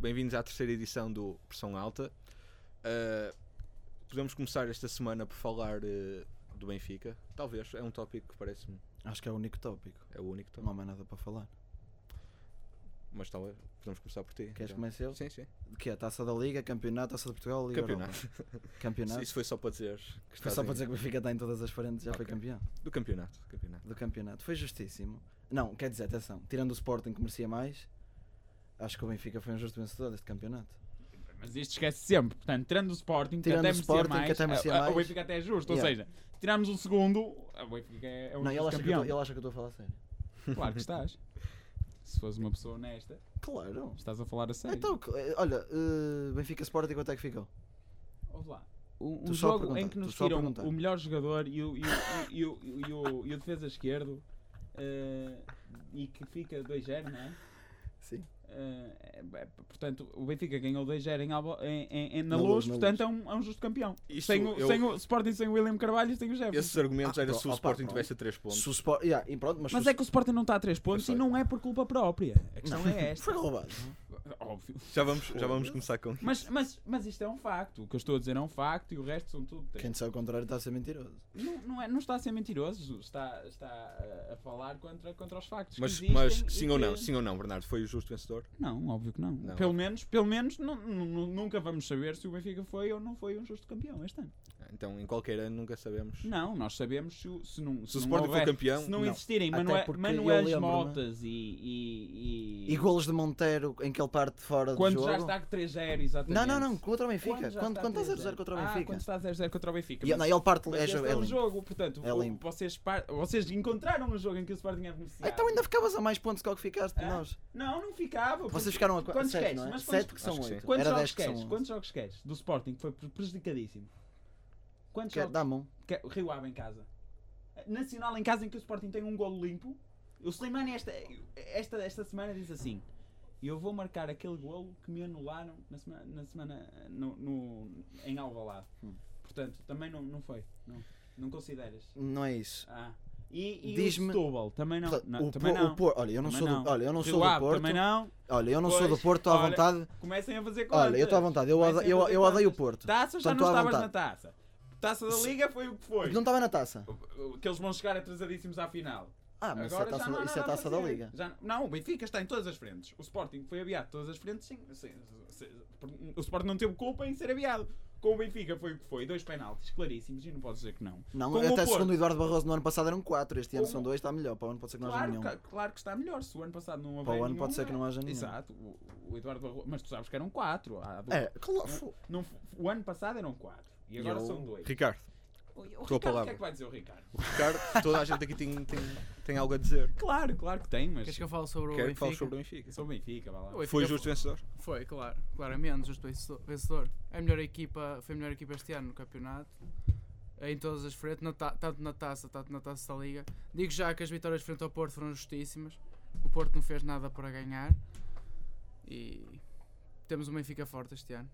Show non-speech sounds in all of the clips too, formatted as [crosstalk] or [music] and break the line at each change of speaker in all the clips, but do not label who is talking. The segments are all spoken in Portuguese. Bem-vindos à terceira edição do Pressão Alta. Uh, podemos começar esta semana por falar uh, do Benfica. Talvez, é um tópico que parece-me.
Acho que é o único tópico.
É o único tópico.
Não há mais nada para falar.
Mas talvez, podemos começar por ti.
Queres
então.
começar eu?
Sim, sim.
Que é taça da Liga, campeonato, taça de Portugal, Liga
Campeonato.
Europa. [laughs] Campeonato.
Isso foi só para dizer. Que
Foi
estás
só para
em-
dizer que o Benfica está em todas as frentes, já foi
Ok.
campeão
Do campeonato. do campeonato.
do campeonato. Foi justíssimo. Não, quer dizer, atenção, tirando o Sporting que merecia mais, acho que o Benfica foi um justo vencedor deste campeonato.
Mas isto esquece sempre. Portanto, tirando o Sporting, que
Tirando
até
o
merecia
Sporting, que
mais,
até merecia
a- a-
mais.
o Benfica até é justo.
Yeah.
Ou seja, tiramos um segundo, a Benfica é é o
não, ele acha, que eu
campeão.
tô- ele acha que eu estou a falar sério.
Claro que estás. Se fores uma pessoa honesta,
Claro.
estás a falar a sério.
Então, co- eh, olha, eh, Benfica Sporting, quanto é que ficou?
Ouve lá. Um, um
Tu só
jogo
pergunta,
em que
tu
nos
só
tiram
pergunta.
o melhor jogador e o, e o- e o- e o- e o- e o defesa esquerdo eh, e que fica 2-0, não é?
Sim.
Eh, é, é, portanto, o Benfica ganhou 2-0 em, Albo- em- em- em- na,
Na
luz,
Luz, na
portanto é um, é um justo campeão.
Isto
sem, o,
eu-
sem o Sporting, sem o William Carvalho, sem o Jefferson.
Esses argumentos
Ah,
era
então,
se o
opa,
Sporting
pronto.
tivesse 3 pontos.
Se o Sport- yeah, e pronto, mas
Mas
se o-
é que o Sporting não está a 3 pontos
sei.
e não é por culpa própria. A questão
[laughs]
é esta.
[laughs] foi roubado.
Óbvio.
Já vamos, já vamos começar com.
Mas, mas, mas isto é um facto. O que eu estou a dizer é um facto e o resto são tudo três.
Quem disser o contrário está a ser mentiroso.
Não, não é- não está a ser mentiroso. Está, está eh, a, a falar contra, contra os factos. que
Mas,
existem
mas
e
sim ou não,
que-
sim ou não, Bernardo, foi o justo vencedor?
Não, óbvio que não.
Não.
Pelo menos, pelo menos nu- nu- nu- nunca vamos saber se o Benfica foi ou não foi um justo campeão este ano.
Então, em qualquer ano, nunca sabemos.
Não, nós sabemos se, o- se não.
Se o
não
Sporting for
houver-
campeão,
Se não,
não.
existirem
Até
Manuel,
porque eu
Manuelas
lembro-me-
Motas e. e, e-
E golos de Monteiro em que ele parte fora do
Quando
jogo.
já está 3-0, exatamente.
Não, não, não, contra o Benfica.
já
Quando, quando está 0-0 contra o
Ah,
Benfica.
quando está 0-0 contra o Benfica.
E-
mas-
não, ele parte
mas
é,
este
jo- é
é um
limpo.
jogo, portanto,
É
o-
limpo.
vocês, par- vocês encontraram um jogo em que o Sporting é beneficiado.
Então ainda ficavas a mais pontos que o que ficaste de
Ah,
nós.
Não, não ficava. porque-
Vocês ficaram a
quantos
7,
queres?
não é?
Mas
7
quantos-
que são
acho que
8.
Quantos
Era
jogos
10 que são
queres?
11.
Quantos jogos queres do Sporting que foi pre- prejudicadíssimo? Quantos
Quer-
jogos?
Dá-me um.
Que- é Rio Ave em casa. Nacional em casa em que o Sporting tem um golo limpo. O Slimani esta, esta, esta semana diz assim: Eu vou marcar aquele golo que me anularam na semana, na semana eh, no, no- em Alvalade.
Hum.
Portanto, também não, não foi. Não, não consideras.
Não é isso.
Ah. E, e o
Diz-me-
Setúbal, também não.
Portanto,
não
o
também
Po-
não.
o Porto- Olha, eu não
Também
sou
não.
do Olha, eu não
Rio
sou do
Ave,
Porto.
também não.
Olha, eu não sou do
Pois,
Porto, estou à
olha,
vontade.
Comecem a fazer contas.
Olha, eu estou à vontade. Eu
Comecem
odeio-
a
eu-
fazer
eu odeio o
contas.
Porto.
Taça já
Portanto,
não
estou à
estavas na
vontade.
taça. Taça da Liga foi o que foi.
Não estava na taça.
Que eles vão chegar atrasadíssimos à final.
Ah, mas isso é
Agora
a taça,
já não há
isso é a
nada a
taça da
fazer.
Liga.
Já- não, o Benfica está em todas as frentes. O Sporting foi aviado de todas as frentes. Sim, sim, sim. o Sporting não teve culpa em ser aviado. Com o Benfica foi o que foi. Dois penaltis claríssimos e não podes dizer que não.
Não,
Com o
até
Porto-
segundo o Eduardo Barroso no ano passado eram 4, este ano
Com-
são 2, está melhor. Para o ano pode ser que não haja
Claro,
nenhum.
ca- claro que está melhor. Se o ano passado não houver
Para o ano
nenhum,
pode ser que não haja nenhum.
Exato. O, o Eduardo Barroso... Mas tu sabes que eram quatro. Há do-
É, claro. fu-
Não, f- o ano passado eram quatro. E agora
Eu-
são dois.
Ricardo,
O,
tua
o Ricardo, o que
palavra.
é que vai dizer o Ricardo?
o Ricardo, toda a gente aqui tem, tem, tem algo a dizer.
Claro, claro que tem, mas...
Queres que eu fale sobre o
Quero que
Benfica?
fales sobre o Benfica.
Sou Benfica, vá lá.
O Benfica
Foi o justo vencedor?
Foi, claro. Claramente, justo vencedo- vencedor. É a melhor equipa, foi a melhor equipa este ano no campeonato. Em todas as frentes, na ta- tanto na taça, tanto na taça da liga. Digo já que as vitórias frente ao Porto foram justíssimas. O Porto não fez nada para ganhar. E temos um Benfica forte este ano.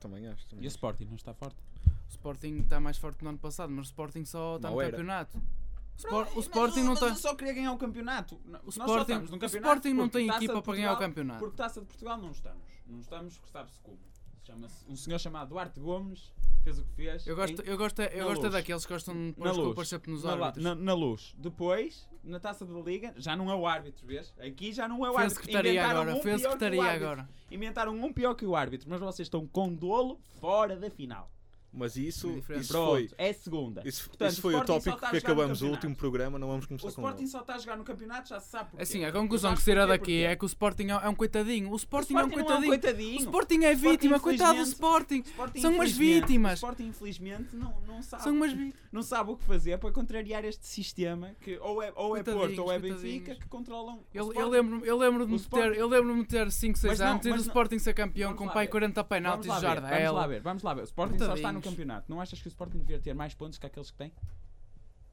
Também acho. também
E o
acho.
Sporting não está forte?
O Sporting está mais forte que no ano passado, mas o Sporting só está
Não
no
era.
campeonato. O, Spor- o Sporting não tá- tem.
Eu só queria ganhar o campeonato. O
Sporting- o Sporting não tem equipa para ganhar o campeonato.
Porque Taça de Portugal não estamos. Não estamos, que sabe-se como. Chama-se- um senhor chamado Duarte Gomes fez o que fez.
Eu gosto,
em-
eu gosto, eu
Na
gosto é
luz.
daqueles que gostam de pôr
Na
as
luz.
culpas sempre nos
na,
árbitros.
na- na luz. Depois, na Taça da Liga, já não é o árbitro, vês? Aqui já não é o
Foi a
árbitro.
secretaria
Inventaram
agora,
um
foi
pior
a
que o
secretaria
árbitro.
agora.
Inventaram um pior que o árbitro, mas vocês estão com dolo fora da final.
Mas isso,
Indiferente.
isso
Pronto,
foi,
é segunda.
isso,
Portanto,
isso foi o
Sporting só
tópico
está a
que
jogar no
acabamos o
campeonato.
último programa, não vamos
O
começar com
Sporting
ele.
só está a jogar no campeonato, já se sabe porquê.
Assim, a conclusão
Eu
que
acho
se tira
sei
daqui
porquê.
é que o Sporting é um coitadinho. O Sporting,
Sporting
é
não é
um
um
coitadinho.
coitadinho.
O Sporting é
Sporting,
vítima, coitado do
infelizmente-
Sporting.
Sporting,
São umas
infelizmente- O
vítimas.
Sporting, infelizmente, não, não, sabe,
São umas vítimas.
não sabe o que fazer é para contrariar este sistema que ou é, ou é
Coitadinhos,
Porto ou é
coitadinhos.
Benfica que controlam. o
Eu, eu
Sporting.
lembro-me eu lembro
O
de ter,
Sporting-
eu lembro-me de ter 5, 6
Mas não,
anos e
mas
do
não.
Sporting ser campeão
Vamos
com
lá
o pai
ver.
40
Vamos
penaltis
lá
de
ver, Vamos lá
Jardel.
ver, vamos lá ver. O Sporting só está no
Coitadinhos.
campeonato. Não achas que o Sporting devia ter mais pontos que aqueles que tem?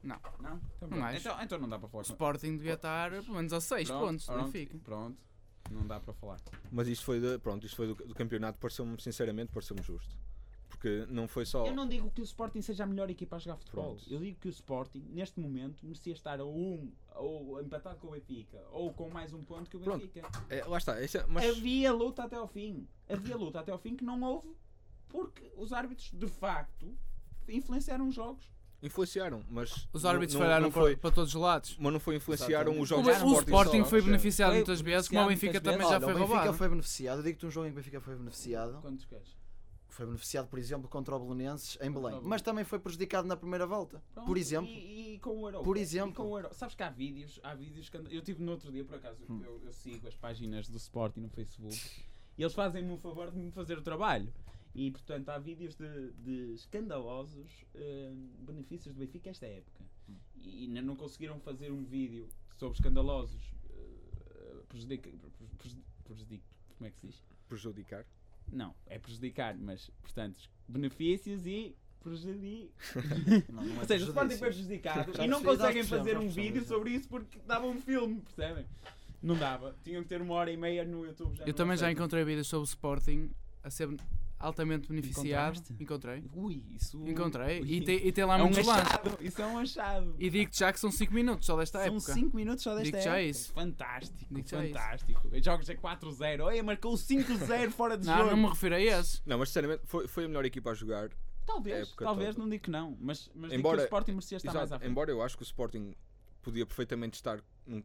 Não.
Não? Então,
Não
pronto.
acho.
então, então não dá para
O
falar. com-
Sporting devia estar pelo menos a 6
Pronto,
pontos, não
pronto,
fica.
Pronto, não dá para falar.
Mas isto foi, de- pronto, isto foi do, do campeonato, pareceu-me, sinceramente, pareceu-me justo. Porque não foi só.
Eu não digo que o Sporting seja a melhor equipa a jogar futebol.
Pronto.
Eu digo que o Sporting, neste momento, merecia estar a um, ou empatado com o Benfica, ou com mais um ponto que o
Pronto.
Benfica.
É, lá está. esse é- mas
Havia luta até ao fim. Havia luta até ao fim que não houve porque os árbitros, de facto, influenciaram os jogos.
influenciaram. Mas
Os
não-
árbitros
não-
falharam
não foi,
para, para todos os lados.
Mas não foi influenciaram os
O,
jogos
Mas
do
o Sporting
só.
foi beneficiado
Foi
muitas vezes, como o Benfica
beneficiado
também
muitas
já
vezes.
foi
Olha,
o Benfica
roubado.
foi beneficiado. Eu digo-te um jogo em que o Benfica foi beneficiado.
Quantos queres?
Foi beneficiado, por exemplo, contra o Belenenses em
o
Belém.
Belenenses.
Mas também foi prejudicado na primeira volta.
Pronto,
Por exemplo.
E, e com o Europa.
Por
E
exemplo.
com o Euro- Sabes que há vídeos, há vídeos que andam- eu tive no outro dia, por acaso,
Hum.
eu, eu sigo as páginas do Sporting no Facebook e eles fazem-me o favor de me fazer o trabalho. E portanto há vídeos de, de escandalosos hum, benefícios do Benfica esta época.
Hum.
E ainda não conseguiram fazer um vídeo sobre escandalosos eh, prejudica, prejudica, prejudica, como é que se diz?
Prejudicar.
Não, é prejudicar, mas portanto, benefícios e prejudicar.
[laughs] Não, não é
Ou seja, o Sporting
prejudício.
foi prejudicado
Já
e não
percebi,
conseguem
já percebemos,
fazer
já
um
percebemos,
vídeo
já.
sobre isso porque dava um filme, percebem? Não dava. Tinham que ter uma hora e meia no YouTube. Já
Eu também já encontrei vídeos sobre o Sporting a ser altamente beneficiado.
Encontraste?
Encontrei.
Ui, isso.
Encontrei.
Ui.
E tem, e tem
É
lá
um
muitos lances.
achado. Isso é um achado.
E digo-te já que são 5 minutos só desta
São
época.
5 minutos só desta
Digo-te já é
época.
isso.
Fantástico,
Digo-te já é isso.
fantástico. Jogos é 4-0. Olha, marcou 5-0 fora de
Não,
jogo.
não me refiro a esse.
Não, mas sinceramente foi, foi a melhor equipa a jogar.
Talvez,
época
talvez,
toda.
não digo que não. Mas, mas digo que
Embora-
o Sporting merecia estar mais à
Exato.
frente.
Embora eu acho que o Sporting podia perfeitamente estar num-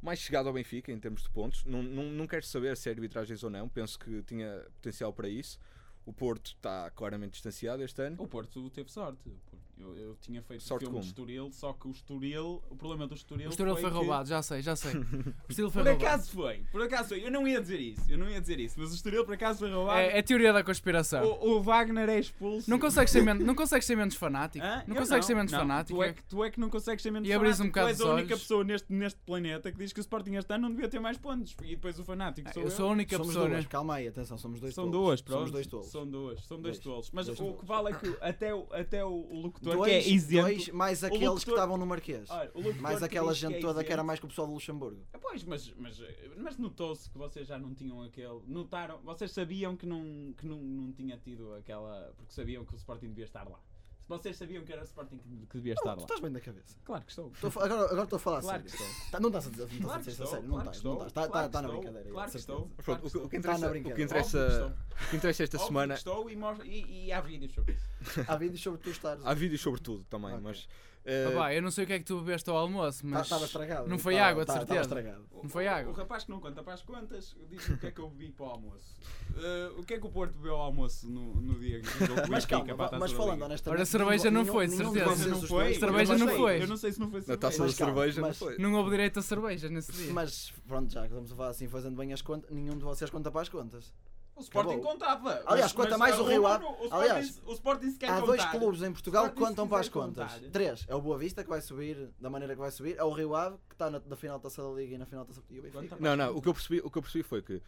mais chegado ao Benfica em termos de pontos. Não, não, não quero saber se é arbitragens ou não. Penso que tinha potencial para isso. O Porto está claramente distanciado este ano.
O Porto teve sorte. O Porto- Eu, eu tinha feito
Sorte
sorte filme
como?
de Estoril, só que o Estoril, o problema do Estoril,
O Estoril foi
que-
roubado, já sei, já
[laughs]
sei. O Estoril foi
Por
roubado.
acaso foi, por acaso foi. Eu não ia dizer isso, eu não ia dizer isso, mas o Estoril por acaso foi roubado.
É, é teoria da conspiração.
O, o Wagner é expulso.
Não consegues ser, men-
[laughs]
não consegues ser menos fanático.
Hã?
Não
Eu
consegues ser menos
não.
fanático.
Tu é, que, tu é que não consegues ser menos
E abres
fanático.
um bocado
tu és a
os
única
olhos.
pessoa neste, neste planeta que diz que o Sporting este ano não devia ter mais pontos. E depois o fanático sou eu.
Ah, Eu sou a única
Somos
pessoa.
duas,
né?
calma aí, atenção, somos dois
São
tolos.
duas, pronto.
Somos dois tolos.
São duas, são dois
Dois.
tolos. Mas
Dois
o
tolos.
que vale é que até o, até o, o locutor
Dois,
que é isento.
dois mais aqueles que
locutor-
estavam no Marquês.
Olha, o locutor
mais
que
aquela
diz
gente
é
toda que
isento.
era mais que o pessoal do Luxemburgo.
Ah, Pois, mas, mas, eh, mas notou-se que vocês já não tinham aquele. Notaram, vocês sabiam que, não, que não, não tinha tido aquela. Porque sabiam que o Sporting devia estar lá. Se vocês sabiam que era o Sporting que que devia
Não,
estar
tu
Tá lá.
estás bem da
[laughs]
cabeça.
Claro que estou.
Tô a fa- agora agora estou a falar a
Claro que
sério.
estou.
Tá- não estás a dizer, não
Claro
estás
que
a dizer, a
estou,
sério, não
claro que
estás, não
estou,
estás. Está
claro que
tá na
estou,
brincadeira.
claro que
certeza.
estou.
Mas pronto, o que- o, que
Está na
interessa, o que
brincadeira.
interessa, o que interessa esta
Óbvio que
semana.
Estou e, mostro, e, e há vídeos sobre isso.
Há vídeos sobre tu estares.
Ah,
Tá,
Há vídeos sobre tudo também,
Ok.
mas.
Ah,
eh,
pá, eu não sei o que é que tu bebeste ao
Tá,
almoço, mas.
Estava estragado.
Não foi
Tava-
água, de
tava- tava
certeza.
estragado.
O,
Não foi
o-
água.
O rapaz que não conta para as contas diz-me o que é que eu bebi para o almoço. Eh, o que é que o Porto bebeu ao almoço no, no
[laughs]
dia que jogou com o
Mas
Benfica
calma,
para a
vá-
Taça
mas
da
falando
Liga?
honestamente.
Ora, cerveja não
nenhum-
foi, de
nenhum de
certeza.
vocês
Não
os
foi?
dois-
Cerveja
Eu
não
sei,
foi.
Eu não sei se não foi
na taça
Mas
da
cerveja.
calma,
cerveja
mas-
não foi.
Não houve direito a cervejas nesse dia.
Mas pronto, já que estamos a falar assim, fazendo bem as contas, nenhum de vocês conta para as contas.
O Sporting
Acabou.
contava.
Aliás, conta mais o Rio Ave.
O Sporting,
Aliás,
o Sporting sequer
Há
contar.
dois clubes em Portugal que
Sporting, se
contam para as
quiser
contas.
contar.
Três. É o Boa Vista que vai subir da maneira que vai subir. É o Rio Ave que está na, na final da Taça da Liga e na final da Taça da Liga.
Conta
Não, não, o que eu percebi, o que eu percebi foi que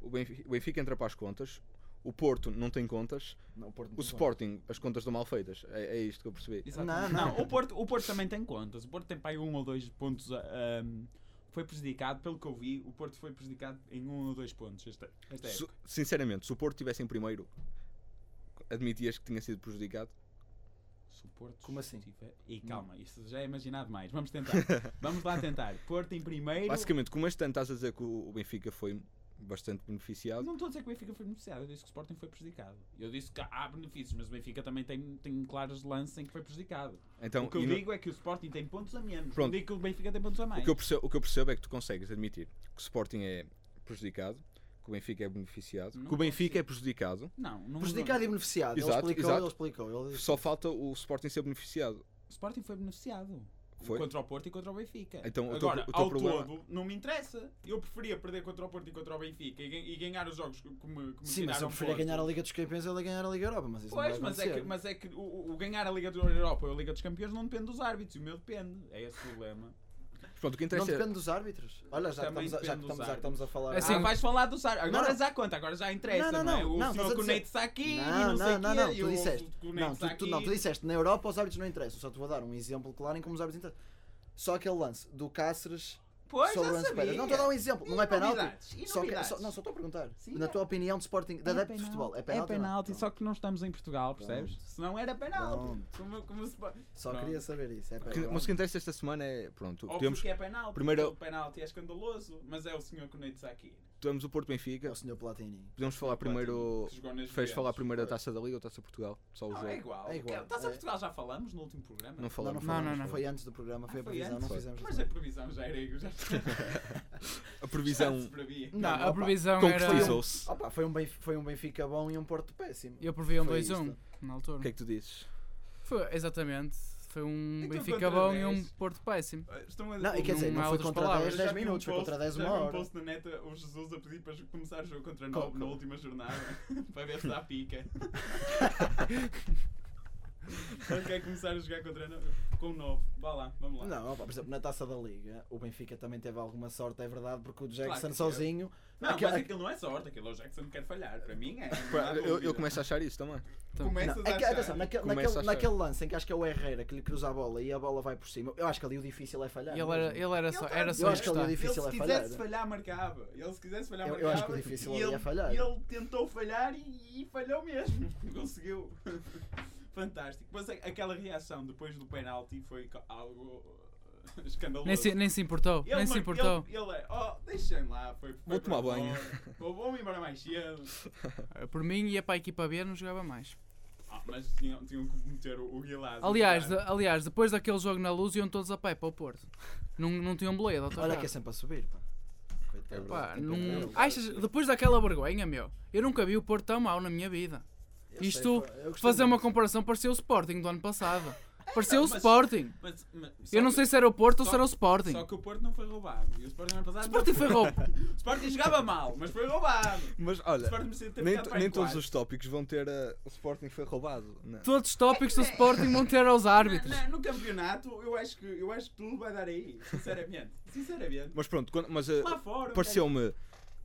o Benfi- o Benfica entra para as contas, o Porto não tem contas,
Não, o Porto não
o
tem
Sporting, as contas estão mal feitas. É, é isto que eu percebi.
Exatamente.
Não,
Não, o Porto, o Porto também tem contas. O Porto tem para aí um ou dois pontos. ah, ahm, foi prejudicado, pelo que eu vi, o Porto foi prejudicado em um ou dois pontos. é Esta, esta
Se-
época.
sinceramente, se o Porto estivesse em primeiro, admitias que tinha sido prejudicado?
Se o Porto
Como assim?
estiver- E calma, isso já é imaginado mais. Vamos
[laughs]
tentar. Vamos lá tentar. Porto em primeiro.
Basicamente, como este ano estás a dizer que o o Benfica foi bastante beneficiado,
Não estou a dizer que o Benfica foi beneficiado, eu disse que o Sporting foi prejudicado. Eu disse que há benefícios, mas o Benfica também tem, tem claros lances em que foi prejudicado.
então
o que eu
e no-
digo é que o Sporting tem pontos a menos.
Pronto.
Não digo que o Benfica tem pontos a mais.
o que eu percebo, o que eu percebo é que tu consegues admitir que o Sporting é prejudicado, que o Benfica é beneficiado,
Não
que o Benfica é prejudicado,
Não, não
Prejudicado e beneficiado. Ele
Exato,
explicou,
exato.
ele explicou. Ele...
só falta o Sporting ser beneficiado.
O Sporting foi beneficiado.
Foi?
Contra o Porto e contra o Benfica.
Então, o teu-
Agora,
o teu
ao
problema-
todo, não me interessa. Eu preferia perder contra o Porto e contra o Benfica e, gan- e ganhar os jogos que que me, que me
Sim, mas
tiraram
eu preferia
posto.
ganhar a Liga dos Campeões e ele ganhar a Liga Europa. Mas isso
Pois,
não vai
mas é, que,
acontecer.
mas é que o, o ganhar a Liga da Europa ou a Liga dos Campeões não depende dos árbitros. E o meu depende. É esse o problema.
Pronto, o que
Não
interessa é-
depende dos árbitros. Olha, já que
Também
estamos a, já que
depende dos
estamos, já que estamos a falar.
É assim,
ah, vais falar dos árbitros. Agora
Não, não.
já conta, agora já interessa.
Não, não,
Não, é?
não,
O
não, estás
senhor
a
que o
dizer-
Nate está aqui e
Não,
não sei
não,
o
não, não,
quê, e eu
tu
ouço
disseste.
que o Nate
Não
está
tu, tu- não,
aqui.
tu disseste, na Europa os árbitros não interessam. Só te vou dar um exemplo claro em como os árbitros interessam. Só aquele lance do Cáceres
Pois,
sobre
já
o Enzo
sabia.
Pérez. Não estou a dar um exemplo, não é
E novidades?
penalti.
E
Só que-
novidades?
só- não, só estou a perguntar.
Sim,
Na
é.
tua opinião de Sporting, de adeptos de futebol, é penalti? ou não?
só que não estamos em Portugal, percebes?
Pronto.
Se não era penalti.
Pronto.
Como, como se...
Só
Pronto.
queria saber isso. É
Que-
penalti.
mas o que interessa esta semana é. Pronto,
Óbvio
temos,
que é penalti.
primeiro-
O penalti é escandaloso, mas é o senhor que o Neide está aqui.
temos o Porto
É
Benfica.
o senhor Platini.
Podemos falar primeiro.
Que jogou nas
Fez falar
Juventus.
primeiro da taça da Liga ou taça de Portugal? Só o
Não,
jogo.
é igual.
É igual.
Estás a
É.
Portugal, já falamos no último programa.
Não
Não, não
falamos.
foi,
Não, não, não.
foi antes do programa,
Ah,
foi a
foi
previsão,
antes?
não fizemos.
Mas é- a previsão já
[laughs]
era igual. Já,
A
já se
previsão
previa.
Não, a
opa.
previsão
Então
era.
concretizou-se.
Opa, foi um, Benf- foi um Benfica bom e um Porto péssimo.
Eu previ um
Foi
2-1 na
O
altura.
que é que tu dizes?
Foi, exatamente. Foi um
Então,
Benfica
contra
bom e um
dez.
Porto péssimo.
Estão a...
Não, e quer dizer,
Não
não
há
foi
outras
contra
palavras.
10,
Já
10
vi um
minutos, foi
post-
contra 10
já
uma
vi um
hora.
post na neta, o Jesus a pedir para jo- começar o jogo contra
Com-
Novo na
com-
última jornada, [laughs] para ver se
[laughs]
dá pica. Ele quer começar a jogar contra Novo, com o Novo. Vá lá, vamos lá.
Não, opa, por exemplo, na taça da Liga, o Benfica também teve alguma sorte, é verdade, porque o Jackson
Claro que
sozinho.
Não,
Aquele-
mas aquilo não é sorte, aquilo é o Jackson que quer falhar. Para mim é. não há
Pá, Eu,
dúvida.
eu começo a achar isso também.
Então,
Não, é
Começas a
aque-
achar.
atenção, naquele,
Começa a
naquele,
achar.
naquele lance em que acho que é o Herrera que lhe cruza a bola e a bola vai por cima, eu acho que ali o difícil é falhar.
Ele
mesmo.
era, ele era
Ele
só,
tá-
era
eu
só
acho que ele
encostar.
é difícil
ele, se
é
quisesse
falhar.
falhar, marcava. Ele, se quisesse falhar,
Eu- eu
marcava.
acho que o difícil
e
ali
ele,
é falhar.
E ele tentou falhar e, e falhou mesmo. [laughs] Conseguiu. Fantástico. Mas a- aquela reação depois do penalti foi co- algo uh, [laughs] escandaloso.
Nem se, nem se importou.
Ele
nem se
mar-
importou.
Ele, ele é, oh, deixem lá. Foi, foi
Vou
para
tomar banho."
fora. Vou- Vou-me embora mais cedo.
Eh, Por mim, ia para a equipa B, não jogava mais.
Ah, mas tinham, tinham que meter o, o Guilherme.
Aliás, de- aliás, depois daquele jogo na luz, iam todos a pé para o Porto. Não, não tinham boleia de
Olha que
autocarro.
é sempre a subir, pá. Coitado.
É
Pá,
verdade.
Tem pena
não...
dele.
Achas, depois daquela vergonha, meu, eu nunca vi o Porto tão mau na minha vida.
Eu sei,
isto,
pá, eu gostei
Fazer uma
muito.
comparação, parecia o Sporting do ano passado.
[laughs]
Parecia o
mas-
Sporting.
Mas, mas- só
Eu não
que-
sei se era o Porto ou
só-
se era o Sporting.
Só que o Porto não foi roubado. E o Sporting não
O
passado.
Sporting
não
foi roubo.
O Sporting jogava mal, mas foi roubado.
Mas
O
olha,
Sporting precisa ter um
nem,
ficado
to-
para
nem
em
todos
quarto.
os tópicos vão ter. uh, o Sporting foi roubado. né? Não.
Todos os tópicos do Sporting vão ter aos árbitros.
Na- na- no campeonato, eu acho, que, eu acho que tudo vai dar aí. Sinceramente. Sinceramente.
Mas pronto, quando- mas uh,
Lá fora.
pareceu-me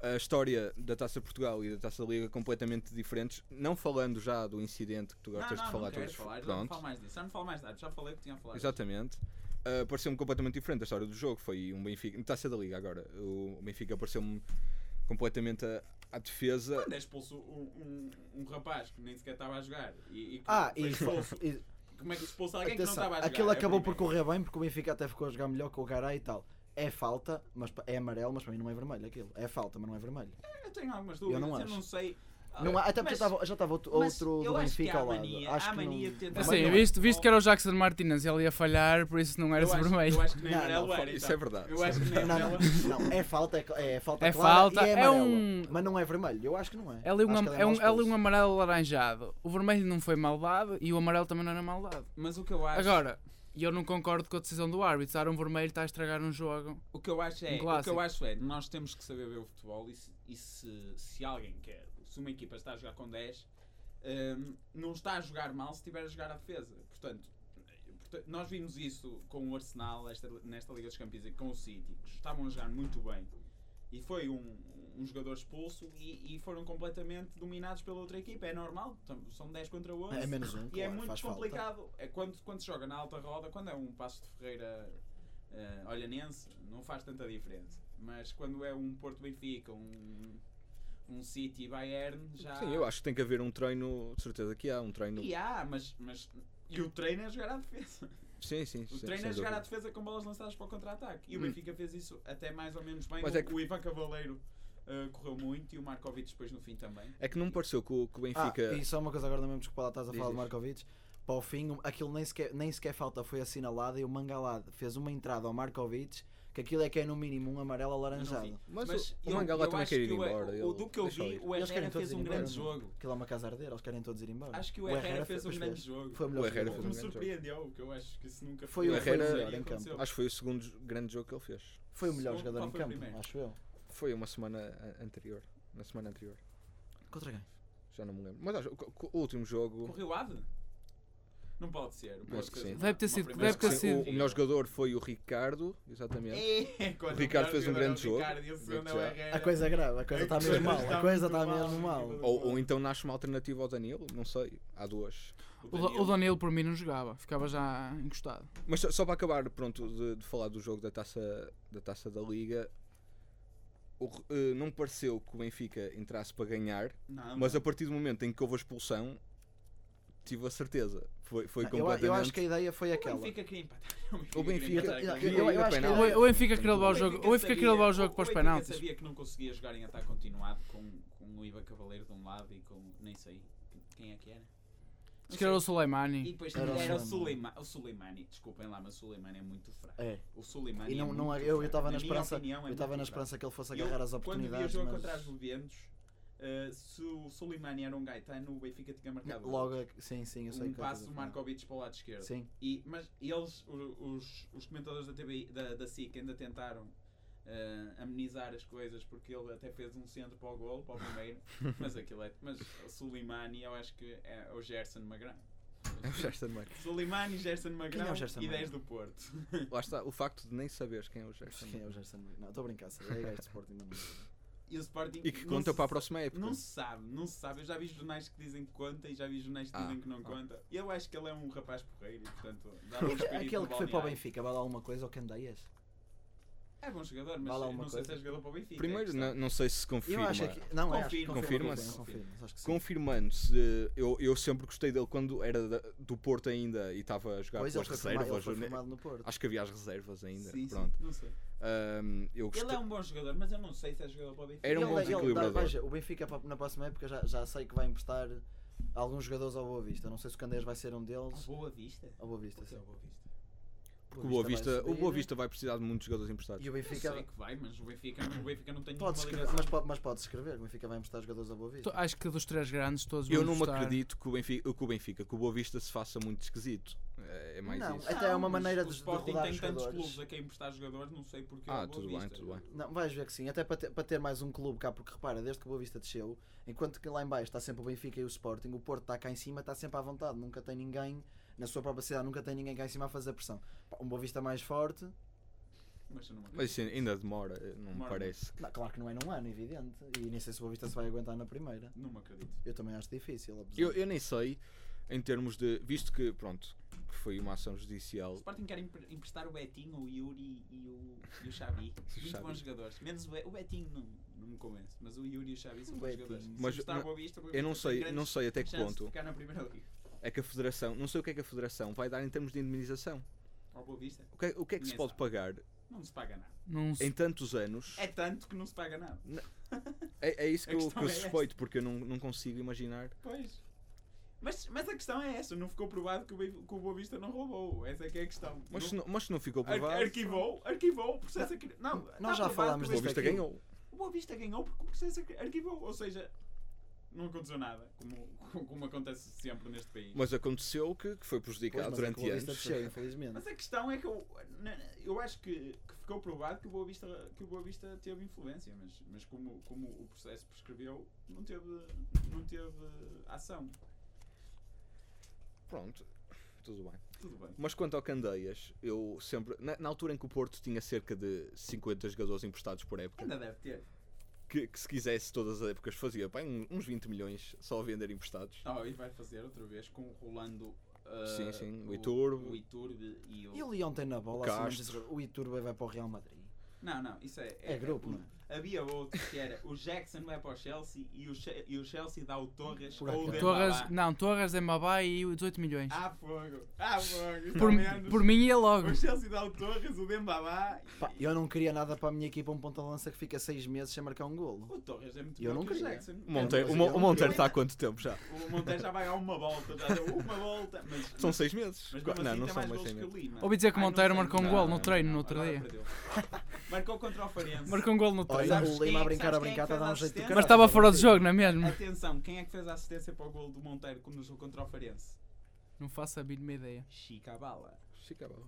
a história da Taça de Portugal e da Taça da Liga completamente diferentes. Não falando já do incidente que tu
Não, não,
gostas de falar
não quero
todos.
falar, já não
pronto.
falo mais disso. Já não falo mais nada. Já falei o que tinha a falar.
Exatamente. Uh, pareceu-me completamente diferente a história do jogo. Foi um Benfica. Taça da Liga agora. O Benfica pareceu-me completamente a- à defesa.
Quando é expulso um, um, um rapaz que nem sequer estava a jogar. E, e que
Ah,
foi
e,
expulso.
e
Como é que expulsa alguém que não
atenção,
estava a jogar?
aquilo
É
acabou por
primeiro.
correr bem porque o Benfica até ficou a jogar melhor com o Garay e tal. É falta, mas pa- é amarelo, mas para mim não é vermelho aquilo. É falta, mas não é vermelho.
Eu tenho algumas dúvidas. Eu não,
não acho.
sei.
Não há- até porque
Ah, Mas-
já estava- já estava outro,
mas
outro
eu
do
acho que
Benfica
há
ao lado.
mania-
acho
há
que
mania
não...
de tentar-
Assim, Eu
Mas
sei,
não é.
visto, visto que era o Jackson Martínez e ele ia falhar, por isso não era
eu
esse
acho-
vermelho.
Eu acho que nem
Não, não,
amarelo era.
Isso
então.
é verdade.
Eu acho que nem
Não,
amarelo.
não, não, é falta, é, cl- é falta
É
clara
falta,
e é,
é
amarelo,
um-
Mas não é vermelho, eu acho que não é.
É ali um,
Acho
am-
que ele
é um,
mau
é ali um
expulso.
amarelo alaranjado. O vermelho não foi mal dado e o amarelo também não era mal dado.
Mas o que eu acho.
Agora, e eu não concordo com a decisão do árbitro. Dar um vermelho está a estragar um jogo.
O que eu acho
Um
é, o que
clássico.
eu acho é nós temos que saber ver o futebol e se, e se, se alguém quer, se uma equipa está a jogar com 10, hum, não está a jogar mal se estiver a jogar à defesa. Portanto, eh, porta- nós vimos isso com o Arsenal esta, nesta Liga dos Campeões e com o City, que estavam a jogar muito bem. E foi um, um jogador expulso e, e foram completamente dominados pela outra equipa. É normal, tam- são 10 contra 11.
É menos um,
E é
claro,
muito
faz falta.
complicado. É quando, quando se joga na alta roda, quando é um passo de Ferreira eh, olhanense, não faz tanta diferença. Mas quando é um Porto Benfica, um, um City Bayern, já.
Sim, eu acho que tem que haver um treino. De certeza que há um treino.
E há, mas, mas. E o treino é jogar à defesa.
Sim, sim.
O
sim,
treino
sem
é jogar à
dúvida.
defesa com bolas lançadas para o contra-ataque. E o
Hum.
Benfica fez isso até mais ou menos bem.
Mas
o,
é que-
o Ivan Cavaleiro eh, correu muito e o Markovic depois no fim também.
É que não me pareceu que o, que o
Ah,
Benfica.
e só uma coisa agora, não mesmo que lá estás a
Diz,
falar do
diz.
Markovic. Para o fim, um- aquilo nem sequer, nem sequer falta foi assinalada e o Mangalá fez uma entrada ao Markovic que aquilo é que é no mínimo um amarelo alaranjado.
Mas,
Mas
o,
eu-
o Mangala
eu
também
acho
quer ir
que o-
embora.
O,
ele-
do que eu
deixa-o
vi,
ir.
o
Eles
Herrera
querem todos
fez
ir
um
embora,
grande
não é?
jogo.
Aquilo é uma casa a arder, eles querem todos ir embora.
Acho que o Herrera fez um
os
grande
três.
jogo.
Foi o melhor
O Herrera
jogo.
fez
Me
um grande
surpreendeu, que eu acho que isso nunca
Foi
o Herrera
aconteceu.
melhor em campo.
Aconteceu.
Acho que foi o segundo grande jogo que ele fez.
Foi o melhor
Qual
jogador em
foi o
campo,
primeiro?
acho eu.
Foi uma semana a- anterior. Na semana anterior.
Contra quem?
Já não me lembro. Mas acho, o, o último jogo.
Correu Ave? Não pode ser. o Porto
Tipo, que
fez
sim.
uma-
Deve ter
uma
sido-
primeira
deve ter
Sim,
parte
sido.
o, o melhor jogador foi o Ricardo, exatamente.
É, [laughs] quando
O Ricardo
melhor
fez um
jogador
grande
é o
jogo.
Ricardo e o segundo é o
Digo já.
Herrera.
A coisa é grave, a coisa
A
está
[laughs] coisa
mesmo mal,
está
a coisa
muito
está
mal.
mesmo mal.
Ou, ou então nasce uma alternativa ao Danilo, não sei. Há duas.
O, Danilo. o Danilo por mim não jogava, ficava já encostado.
Mas só, só para acabar, pronto, de, de falar do jogo da taça da, taça da Liga, o re- eh, não me pareceu que o Benfica entrasse para ganhar,
Não,
mas a partir do momento em que houve a expulsão, tive a certeza. Foi, foi
Ah, Eu,
completamente.
eu acho que a ideia foi aquela.
O Benfica queria empatar.
O Benfica
Eu- eu-
queria
eu
ir a
acho que- é
penal.
eu-
O, o Benfica queria levar o jogo, o Benfica queria levar o jogo para os
Eu
penaltis.
sabia que não conseguia jogar em ataque continuado com, com o Iba Cavaleiro de um lado e com. nem sei quem é que era.
Se calhar o
E
Soleimani.
depois
Era
também
o
era o
Suleimani.
Suleimani. O Suleimani, desculpem lá, mas o Suleimani é muito fraco.
É.
O Suleimani.
E não,
é
não,
muito
eu
fraco.
estava na,
minha
esperança,
opinião, é
eu estava
muito
na
fraco.
esperança que ele fosse
Eu,
agarrar as
Quando vi o
oportunidades,
jogo
mas
contra as Juventus, eh, se o Suleimani era um gaetano, o Benfica tinha marcado
logo, a- sim, sim, eu sei que é
um
assim. eu
passo do
estou a dizer.
Markovic para o lado esquerdo.
Sim,
E, mas eles, o- os, os comentadores da, TV, da, da SIC ainda tentaram eh, amenizar as coisas porque ele até fez um centro para o gol, para o primeiro,
[laughs]
mas aquilo é. Mas o Solimani eu acho que é o Gerson Magrão.
É [laughs] o Gerson Magrão.
Solimani, Gerson Magrão
é o Gerson
e 10
Magrão?
do Porto. [laughs]
Lá está, o facto de nem saberes quem é o Gerson
quem é o
Magrão.
Gerson? Não, estou a brincar, sei, é gajo de Sporting. mas não-
E o
é.
Sporting.
E que
não
conta
se-
para a próxima época.
Não se sabe, não se sabe. Eu já vi jornais que dizem que conta e já vi jornais que
Ah,
dizem que não
ah.
conta. Eu acho que ele é um rapaz porreiro e, portanto, dá
[laughs]
um espírito
Aquele que foi para o
balneário.
Benfica, vale alguma coisa ou Candeias?
É bom jogador, mas
Vale
eu
alguma
não sei se
coisa?
é jogador para o Benfica. é
Primeiro,
questão.
não, não sei se confirma.
Eu acho que. Não, acho que
Confirma.
confirma.
Confirma-se.
confirma, acho que sim.
Confirmando-se, eh, eu, eu sempre gostei dele quando era da- do Porto ainda e estava a jogar
Pois
com
ele
as
foi, formado, ele
reservas.
foi
né?
formado no Porto.
Acho que havia as reservas ainda.
Sim, sim,
Pronto.
não sei.
Ahm, eu
Ele
gostei.
é um bom jogador, mas eu não sei se é jogador para o Benfica.
Era um
Ele-
bom
ele-
desequilibrador.
veja, o Benfica pa- na próxima época já, já sei que vai emprestar alguns jogadores ao Boa Vista. Não sei se o Candeias vai ser um deles.
Boa Vista.
Ao Boa Vista,
Isso é
sim.
o Boa Vista.
Porque o Boa,
vai
Vista, o
subir. né?
Boa Vista vai precisar de muitos jogadores emprestados.
E o
Eu
Benfica.
sei que vai, mas o Benfica, o Benfica não tem
Pode
nenhuma
escrever,
ligação.
mas, pode, mas pode escrever. O Benfica vai emprestar jogadores ao Boa
Tu-
Vista.
Acho que dos três grandes todos
Eu
vão
não me
gostar.
acredito que o, Benfica, que o Benfica, que o Boa Vista se faça muito esquisito. É, é mais
Não,
isso.
é- até uma
mas
maneira
o
de- de
Sporting
rodar
tem
os
tantos
jogadores.
clubes a quem emprestar jogadores, não sei porque é
Ah,
o Boa
tudo bem,
Vista.
tudo bem.
Não, vais ver que sim, até para ter, para ter mais um clube cá, porque repara, desde que o Boa Vista desceu, enquanto que lá em baixo está sempre o Benfica e o Sporting, o Porto está cá em cima, está sempre à vontade, nunca tem ninguém na sua própria cidade, nunca tem ninguém cá em cima a fazer pressão. Pá, Um Boa Vista mais forte,
Mas eu não acredito.
Mas isso ainda demora, não me
Demora
parece.
não, claro que não é num ano, evidente, e nem sei se o Boa Vista se vai aguentar na primeira.
Não me acredito.
Eu também acho difícil, apesar
Eu, eu nem sei, em termos de. Visto que, pronto, que foi uma ação
O
judicial.
Sporting quer empre- emprestar o Betinho, o Yuri e o, e o
[laughs]
Xavi. Muito
Xavi.
bons jogadores. Menos o, Be- o Betinho não, não me convence, mas o Yuri e o Xavi são
O
bons
Betinho.
jogadores. Se
Mas-
emprestar
mas-
o Boa Vista, o Boa
Eu não
Vista tem
sei,
grandes
não sei até que
chances de
ponto
ficar na primeira liga.
é que a Federação. Não sei o que é que a Federação vai dar em termos de indemnização.
Ao Boa Vista,
O que, é- o que é que se
Ninguém
pode
sabe.
pagar
não se paga nada.
Não
em
se...
tantos anos?
É tanto que não se paga nada.
É, é isso
a
que eu,
questão
que eu
é essa.
suspeito, porque eu não, não consigo imaginar.
Pois. Mas, mas a questão é essa, não ficou provado que o, Bem- que o Boa Vista não roubou. Essa é que é a questão.
Mas se
não,
não, mas se não ficou
ar-
provado,
arquivou, arquivou, o processo acri- Não,
Nós
tá
já
provado
falámos
o
que
Boa
disto
Vista
aqui.
ganhou.
O Boa Vista ganhou porque o processo acri- arquivou. Ou seja, não aconteceu nada, como, [laughs] como acontece sempre neste país. Mas,
Mas aconteceu que, que foi prejudicado
Pois, mas é que o
durante
Boa
anos.
Vista desceu,
[laughs]
infelizmente.
a questão é que eu, na- eu acho que, que ficou provado que o Boa Vista, que o Boa Vista teve influência, mas, mas como, como o processo prescreveu, não teve, não teve ação.
Pronto, tudo bem.
Tudo bem.
Mas quanto ao Candeias, eu sempre. Na, na altura em que o Porto tinha cerca de 50 jogadores emprestados por época,
Ainda deve ter.
que, que se quisesse todas as épocas fazia bem, um- uns 20 milhões só a vender emprestados.
Oh, e vai fazer outra vez com o Rolando. ah,
Sim, sim, o Iturbe.
O Iturbe e o.
E o Leão tem na bola,
O
assim,
Castro.
mas o Iturbe vai para o Real Madrid.
Não, não, isso é.
É grupo,
o-
não é?
Havia outro que era o Jackson vai para o Chelsea e o, Che- e o Chelsea dá o Torres
Por
ou o
acaso.
Torres.
Torres, não, Torres, Mbabai e o 18 milhões.
Ah, um fogo! Ah, fogo! Está
por,
menos.
por mim ia logo.
O Chelsea dá o Torres, o Dembabá. e-
Pá, eu não queria nada para a minha equipa, um ponta-lança que fica seis meses sem marcar um golo.
O Torres é muito
Eu
melhor
não
que o
queria.
Jackson.
O Monteiro, o, é Mo- o Monteiro está há quanto tempo já?
é O Monteiro já vai a uma volta, já deu uma volta. Mas,
[laughs] São 6 meses?
mas
Qua-
mesmo
não,
assim
não
tem
são
mais
mais
golos
6
que o
meses.
Lima.
Ouvi dizer que
Ai, não
Monteiro
sei.
marcou um
Não,
gol no
não,
treino
Não,
no outro
agora
dia.
perdeu. [laughs] Marcou contra o Farense.
Marcou um gol no
Olha,
treino.
é. Sabes
o
quem é
Lima a
que-
brincar, a
sabes quem é
brincar,
que
está a dar um jeito
faz
do
assistência?
caralho.
Mas estava fora de jogo, não é mesmo?
Atenção, quem é que fez a assistência para o gol do Monteiro como no jogo contra o Farense?
Não faço a mínima ideia.
Chica Bala.
Chica, bom.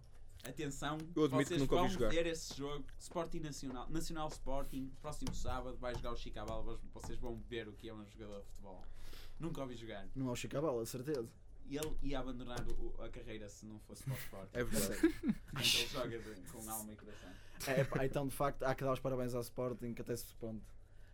Atenção,
Eu admito
vocês
que nunca
vão
ouvi jogar.
ver esse jogo. Sporting Nacional, Nacional Sporting, próximo sábado vai jogar o Chica Bala. vos- Vocês vão ver o que é um jogador de futebol. Nunca ouvi jogar.
Não é o Chicabala, certeza.
E Ele ia abandonar o- a carreira se não fosse para o Sporting.
É verdade.
Então ele
[laughs]
joga de- com alma e coração.
[laughs] É, pá, então de facto há que dar os parabéns ao Sporting que até se pronto.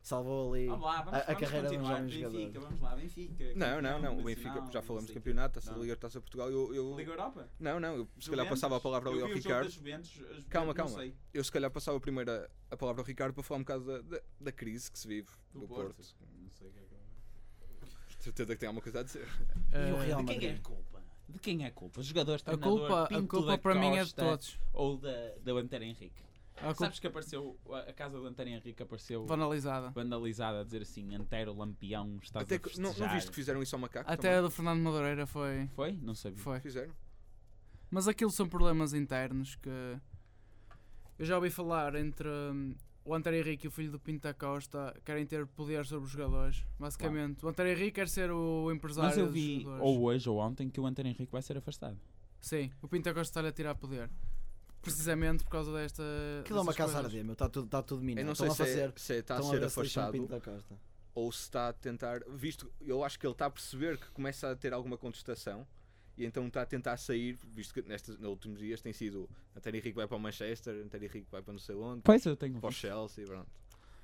salvou ali.
Vamos lá, vamos,
a- a
vamos
carreira de um jovem
continuar. Benfica,
jogador.
vamos lá, Benfica.
é Não, não,
campeão
não. O Benfica,
nacional,
já falamos
não
de
sei o
campeonato, Taça da
Não.
Liga, Taça de Portugal. Eu, eu-
quê. Liga Europa?
não, não. Eu, se calhar
Juventus?
passava a palavra ali
Eu
ao
vi o jogo
Ricardo.
das Juventus, as Juventus,
Calma,
não
calma.
sei.
Eu se calhar passava primeiro a, a palavra ao Ricardo para falar um bocado da, da, da crise que se vive do, Porto.
Não sei o que é que é.
Certeza que tem alguma coisa a dizer.
E o
Eh,
Real
De quem é
Madrid.
a culpa? De quem é a culpa? Os jogadores,
a
treinador,
culpa, a
Pinto
culpa
da
para mim é de
Costa
todos.
Ou da, da Antero Henrique.
A culpa
Sabes que apareceu, a a casa do Antero Henrique apareceu
banalizada.
vandalizada a dizer assim, Antero Lampião, estás
Até
a
que- não,
festejar.
não viste que fizeram isso ao macaco?
Até a do Fernando Madureira foi.
Foi? Não sabia.
foi.
Fizeram.
Mas aquilo são problemas internos que eu já ouvi falar entre hum, o Antero Henrique e o filho do Pinto da Costa querem ter poder sobre os jogadores, basicamente. O Antero Henrique quer ser o empresário
Mas eu
dos
vi,
jogadores.
ou hoje ou ontem, que o Antero Henrique vai ser afastado.
Sim, o Pinto da Costa está-lhe a tirar poder. Precisamente por causa desta.
Aquilo é uma
dessas coisas.
casardia, meu. Está tudo, está tudo minado.
Eu não
Estão
sei
a
se,
fazer.
é, se é- está a
estão
ser
ver se lixam o
afastado
Pinto da Costa.
ou se está a tentar. Visto, eu acho que ele está a perceber que começa a ter alguma contestação e então está a tentar sair, visto que nestes, nos últimos dias tem sido Antero Henrique vai para o Manchester, Antero Henrique vai para não sei onde,
Pois eu tenho
para o Chelsea, pronto.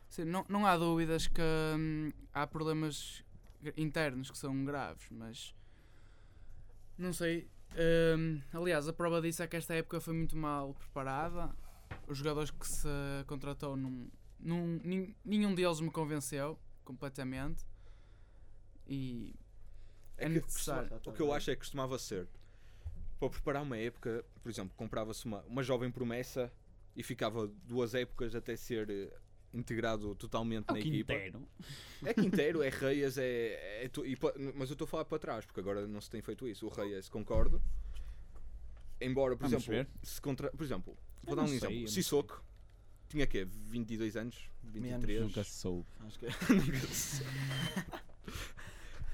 Sim, não, não há dúvidas que hum, há problemas gr- internos que são graves, mas não sei. Hum, aliás, a prova disso é que esta época foi muito mal preparada. Os jogadores que se contratou, num, num- nin- nenhum deles me convenceu completamente. E é,
que-
necessário.
Está
O que eu
bem.
acho é que costumava ser para preparar uma época, por exemplo, comprava-se uma, uma jovem promessa e ficava duas épocas até ser eh, integrado totalmente na equipa.
Quintero.
É Quintero, é Reyes, é. é tu- e pa- mas eu estou a falar para trás, porque agora não se tem feito isso. O Reyes, concordo. Embora, por
Vamos
exemplo,
ver.
se contra, por exemplo,
Eu
vou dar um
não sei, eu
exemplo.
não
Sissoko tinha quê? 22 anos? 23?
Menos.
Nunca se soube.
Acho que- [laughs]
[laughs] Nunca se-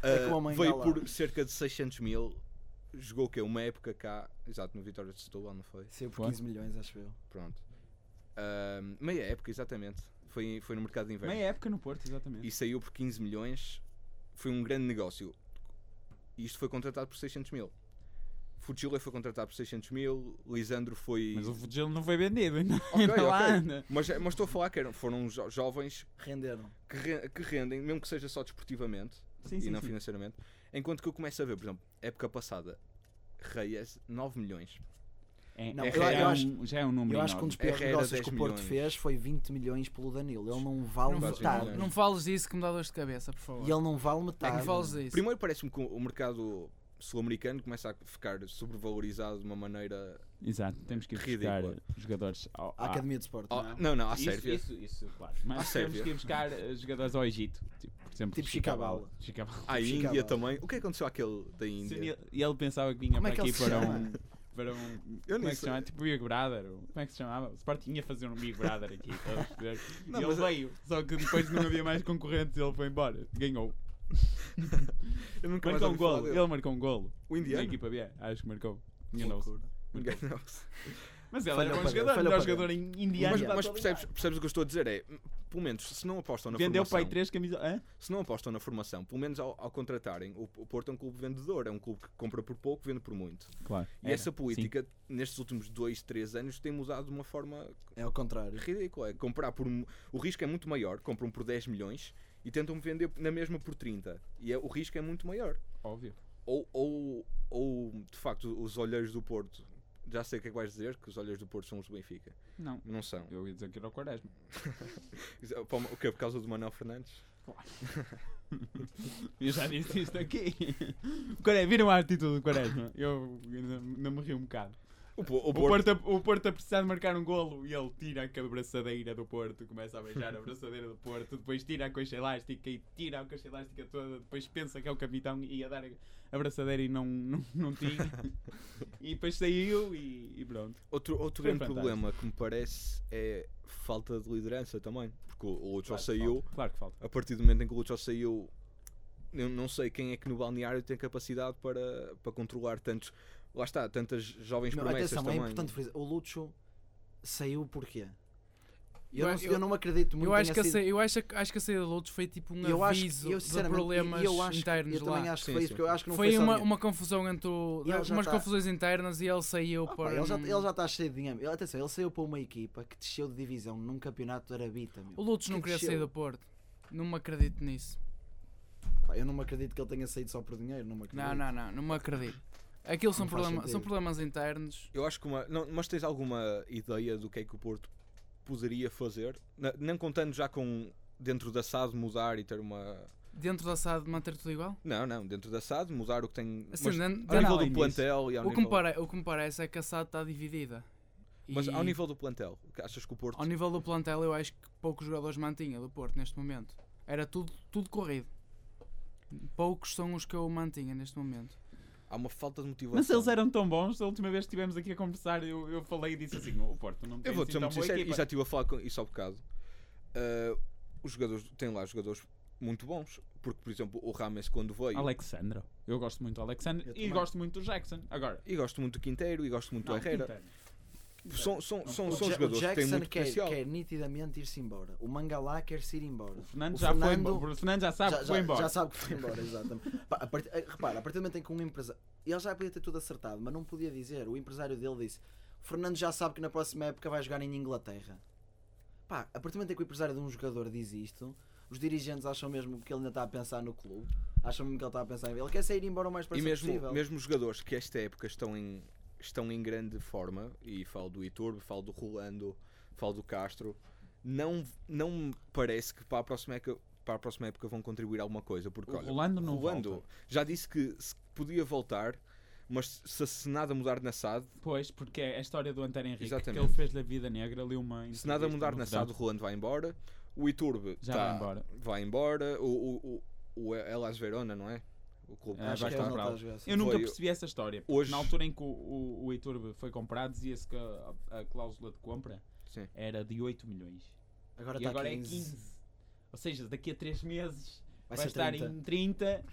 É como
Ah,
a mãe
veio
dela.
por cerca de 600 mil. Jogou o quê? Uma época cá, exato, no Vitória de Setúbal, não foi?
Saiu por
Foi?
15 milhões, acho eu.
Pronto. Ah, meia época, exatamente. Foi, foi no mercado de inverno.
Meia época no Porto, exatamente.
e saiu por 15 milhões. Foi um grande negócio. E isto foi contratado por 600 mil. Fuchile foi contratado por 600 mil. Lisandro foi.
Mas o Fugelo não foi vendido ainda.
Ok,
[laughs] ainda lá né?
ok.
anda.
Mas, mas estou a falar que eram, foram jo- jovens
Renderam.
que, re- que rendem, mesmo que seja só desportivamente
Sim,
e
sim,
não
sim.
financeiramente. Enquanto que eu começo a ver, por exemplo, época passada, Reyes, 9 milhões.
É,
Não,
é-
eu
já, é
acho-
um, já é um número
Eu acho que um
enorme.
dos piores
Herrera,
negócios que o
10
Porto
milhões.
fez foi 20 milhões pelo Danilo. Ele não vale
Não, tá,
Quase
metade.
milhões.
não fales disso que me dá dor de cabeça, por
um
favor.
E ele tá, não vale metade.
não fales disso.
Primeiro parece-me que o o mercado sul-americano começa a ficar sobrevalorizado de uma maneira.
Exato, temos que ir buscar
Ridículo.
jogadores ao,
A
à-
Academia de é? Sport.
Oh,
Não.
não, não, à
isso,
Sérvia.
Isso, isso, claro.
À
Mas temos
Sérvia.
que ir buscar eh, jogadores ao Egito. Tipo, por exemplo,
Tipo
Chicabala. Chicabala.
À
Ficava.
Índia também. O que aconteceu àquele da
Sim,
Índia?
ele- E ele pensava que vinha
Como é
para
que
aqui
ele se
para
chama?
um. Para um
Eu
como
nem
é que se
sei.
chama? Tipo Big Brother. ou- Como é que se chamava? O Sporting ia fazer um Big Brother aqui. estás a perceber?
Não,
e ele
mas eu-
veio. Só que depois não havia mais concorrentes e ele foi embora. Ganhou.
Eu nunca mais
Marcou um
ouvi falar
golo.
dele.
Ele marcou um golo.
O
Na
indiano?
equipa B. Acho que marcou. Enganou-se.
Loucura.
Marcou.
Enganou-se.
Mas ele
Falhou
era
para
bom jogador.
ele,
Melhor
falhou para
jogador em indiano.
Mas,
da
mas
atualidade.
percebes, percebes o que eu estou a dizer? É, m- pelo menos, se não apostam na
Vendeu para
formação,
aí três camisolas. Hã?
se não apostam na formação, pelo menos ao, ao contratarem, o, o Porto é um clube vendedor, é um clube que compra por pouco, vende por muito.
Claro.
E essa política, nestes últimos dois, três anos, tem mudado de uma forma
É ao contrário.
ridícula. É comprar por. m- O risco é muito maior, compram por 10 milhões e tentam vender na mesma por 30. E é- o risco é muito maior.
Óbvio.
ou, ou, ou de facto os olheiros do Porto. Já sei o que é que vais dizer, que os olheiros do Porto são os do Benfica.
Não.
Não são.
Eu ia dizer que era o Quaresma.
Isso- pá, O que é por causa do Manuel Fernandes?
Eu já disse
[laughs]
isto aqui. O Quaresma, viram a atitude do Quaresma? Eu ainda, ainda me ri um bocado.
O, Po- o
O
Porto,
Porto, a, o Porto a precisar de marcar um golo e ele tira a abraçadeira do Porto, começa a beijar a abraçadeira do Porto, depois tira a coxa elástica e tira a coxa elástica toda, depois pensa que é o capitão e ia dar a abraçadeira e não, não, não
[laughs]
tinha. E depois saiu e, e pronto.
outro, outro
Foi
grande
fantástico.
problema que me parece é falta de liderança também. Porque o, o Lucho
Claro que
saiu,
falta, Claro que falta.
a partir do momento em que o Lucho saiu, eu não sei quem é que no balneário tem capacidade para, para controlar tantos. Lá está, tantas jovens
Meu,
promessas
atenção, é
também.
importante frisar. O Lucho saiu porquê? Eu,
Eu
não,
acho-
eu não acredito muito
Eu acho,
tenha
que a
sido-
saída, eu acho, que- acho que a saída de Lourdes foi tipo um
eu acho
aviso
eu,
de
sinceramente, e-
problemas
e eu acho, que-
internos
eu
lá.
também acho que
Sim,
foi
sim.
isso, porque eu acho que não foi,
Foi
só
uma,
dinheiro.
uma confusão entre o,
Ele já
umas
tá-
confusões internas e ele saiu
Ah, pá,
para.
ele, já,
um-
ele já está cheio de dinheiro. Ele, atenção, ele saiu para uma equipa que desceu de divisão num campeonato de Arabita. Meu.
O Lutz não
que
queria
desceu.
sair do Porto. Não me acredito nisso.
Pá, eu não me acredito que ele tenha saído só por dinheiro, não me acredito.
Não, não, não, não me acredito. Aquilo são,
Não faz
problema,
sentido.
são problemas internos.
Eu acho que uma. não, mas tens alguma ideia do que é que o Porto poderia fazer? Na- não contando já com dentro da SAD mudar e ter uma.
Dentro da SAD manter tudo igual?
Não, não, dentro da SAD mudar o que tem.
Assim,
mas
dentro-
ao nível
além
do
disso,
plantel e ao
O que, me
nível.
pare- o que me parece é que a SAD está dividida.
Mas
E
ao nível do plantel, o que achas que o Porto.
ao nível do plantel, eu acho que poucos jogadores mantinha do Porto neste momento. Era tudo, tudo corrido. Poucos são os que eu mantinha neste momento.
Há uma falta de motivação.
Mas eles eram tão bons, a última vez que estivemos aqui a conversar, eu, eu falei e disse assim: o Porto não tem
Eu vou
assim
ser
tão
muito
boa
sincero,
equipa."
e já estive a falar com isso há bocado. Ah, os jogadores, tem lá jogadores muito bons, porque, por exemplo, o Rames quando veio,
Alexandro. Eu gosto muito do Alexandro
Eu
e
também.
gosto muito do Jackson. Agora,
e gosto muito do Quinteiro, e gosto muito
não,
do Herrera.
Quintana.
São, são,
Não,
são,
O
são
Ja-
jogadores que
o
têm
Jackson
muito
quer,
potencial.
quer nitidamente ir-se embora. O Mangalá quer-se ir embora.
O Fernando
O
já foi
Fernando-
embora. O Fernando já sabe
já,
que foi
já-
embora.
já sabe que foi embora, exatamente. [laughs] Pá, a partir- eh, repara, a partir do momento em que um empresário. Ele já podia ter tudo acertado, mas não podia dizer. O empresário dele disse: Fernando já sabe que na próxima época vai jogar em Inglaterra. Pá, a partir do momento em que o empresário de um jogador diz isto, os dirigentes acham mesmo que ele ainda está a pensar no clube. Acham mesmo que ele está a pensar em. Ele quer sair embora o mais
E
depressa
mesmo,
é possível.
mesmo os jogadores que esta época estão em, estão em grande forma, e falo do Iturbe, falo do Rolando, falo do Castro, não, não me parece que para a próxima época, para a próxima época vão contribuir alguma coisa. Porque,
O
olha,
Rolando não
Rolando
volta.
já disse que se podia voltar, mas se, se nada mudar na SAD,
Pois, porque é a história do Antero Henrique
Exatamente.
que ele fez da vida negra, ali uma.
se nada
entrevista
mudar
no
na
verão.
SAD, o Rolando vai embora, o Iturbe
Já
tá-
vai embora.
vai embora, o, o, o, o Elas Verona, não é? O clube
É,
que
Acho
já
que
vai
está.
ele não
comprar.
está a jogar assim.
Eu nunca
Foi-
percebi essa história.
Hoje-
Hoje... Na altura em que o, o, o Iturbe foi comprado, dizia-se que a, a cláusula de compra
Sim.
era de 8 milhões.
Agora tá
e
está
agora
15.
é 15. Ou seja, daqui a 3 meses
Vai,
vai,
ser
estar
30. [laughs]
em 30.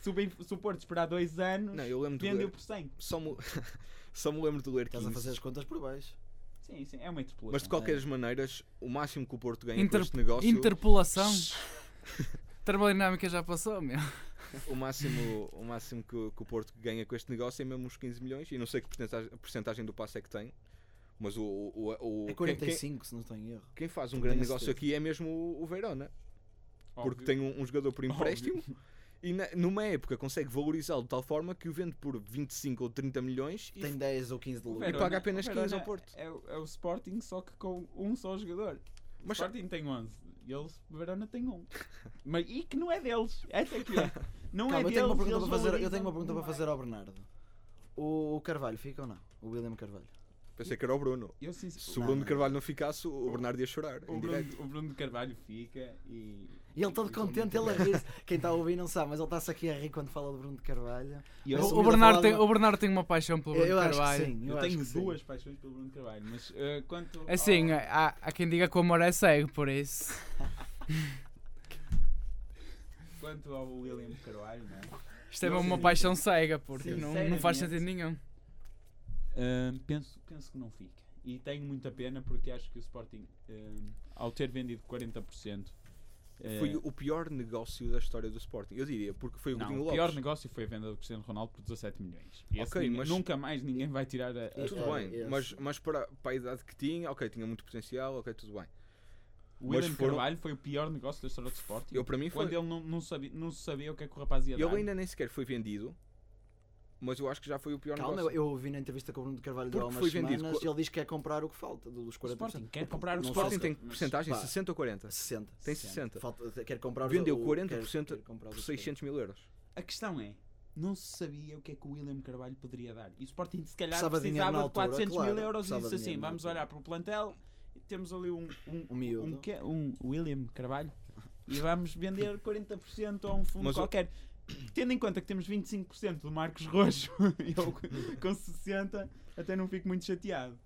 Se o Benf- se o Porto esperar 2 anos,
Não, eu lembro de
vendeu
ler,
por 100.
só, me, [laughs] só me lembro de ler
Estás a
15.
fazer as contas por baixo.
Sim, sim, é uma interpelação.
Mas de qualquer das maneiras, o máximo que o Porto ganha com
Inter-
este negócio.
Interpolação. [laughs] Termodinâmica já passou, meu.
O máximo, o máximo que, que o Porto ganha com este negócio é mesmo uns 15 milhões. E não sei que porcentagem, porcentagem do passe é que tem. Mas o. o, o- o-
É
quem- quem,
45, se não estou em erro.
quem faz um
Não
grande
tenho
negócio
certeza.
aqui é mesmo o, o Verona.
Óbvio.
Porque tem um, um jogador por empréstimo. E na- numa época consegue valorizá-lo de tal forma que o vende por 25 ou 30 milhões e
Tem 10 ou 15 de
é O
lucro.
Verona-
paga apenas
o Verona
15 ao Porto.
É, o- é o Sporting, só que com um só jogador. O
Mas-
Sporting tem 11 e eles, o Verona tem um. Mas, e que não é deles. Essa é
[laughs]
que é. Não
Calma,
é
eu tenho, uma
deles,
pergunta para
eles
fazer, eu
valorizam
tenho uma pergunta para
demais.
fazer ao Bernardo. O, o Carvalho fica ou não? O William Carvalho.
pensei que era o Bruno.
Eu, sincer-
Se o
Não,
Bruno
não.
Carvalho não ficasse, o Bernardo ia chorar
o,
em direto.
Bruno, o Bruno de Carvalho fica e.
E ele todo
e-
contente, ele a rir.
[laughs]
Quem está a ouvir não sabe, mas ele está-se aqui a rir quando fala do Bruno de Carvalho.
E eu,
Mas
O,
Assumiu
o
da
Bernardo
palavra-
tem, o Bernardo tem uma paixão pelo
Eu,
Bruno
acho que
Carvalho.
sim. Eu,
eu
acho
tenho
que sim.
duas paixões pelo Bruno de Carvalho, mas eh, quanto. ao-
Assim, há, há quem diga que o amor é cego,
[laughs]
por isso.
Quanto ao William de Carvalho, não é?
Isto é
Não,
mesmo uma
sim.
paixão cega, porque não, não faz
Sinceramente.
sentido nenhum.
Ahm, penso, penso que não fica. E tenho muita pena porque acho que o Sporting, ahm, ao ter vendido 40%, eh,
Foi o pior negócio da história do Sporting. Eu diria, porque foi o Coutinho
não, o
Lopes.
pior negócio foi a venda do Cristiano Ronaldo por 17 milhões. E esse
Ok,
ninguém-
mas-
nunca mais ninguém vai tirar a. a-
Tudo
É,
bem,
esse.
mas, mas para, para a idade que tinha, ok, tinha muito potencial, ok, tudo bem.
O William
mas foram-
Carvalho foi o pior negócio da história do Sporting.
Eu, para mim, foi.
Quando ele não, não, sabia, não sabia o que é que o rapaz ia
Ele
dar.
ainda nem sequer foi vendido, mas eu acho que já foi o pior
Calma, eu,
negócio.
eu ouvi na entrevista com o Bruno de Carvalho de há
Porque
umas
foi vendido
semanas
co-
e ele diz que quer comprar o que falta dos
O
40%.
Sporting quer comprar o
não
O
sei
Sporting
se-
tem
mas-
porcentagem
pá.
60 ou 40?
60.
Tem 60.
60.
Falta, quer comprar os
Vendeu
o-
40%
quer- quer comprar os
Por
outros
600 mil euros.
A questão é, não se sabia o que é que o William Carvalho poderia dar. E o Sporting se calhar
Precisava de dinheiro
precisava
na
de,
altura,
400
claro,
mil euros e
precisava
disse
de dinheiro
assim,
na
vamos
altura.
olhar para o plantel, e temos ali um, um,
Um miúdo.
um, que- um William Carvalho e vamos vender 40% a um fundo
Mas o-
qualquer. Tendo em conta que temos 25% do Marcos Roxo, [laughs] eu com- com 60 até não fico muito chateado.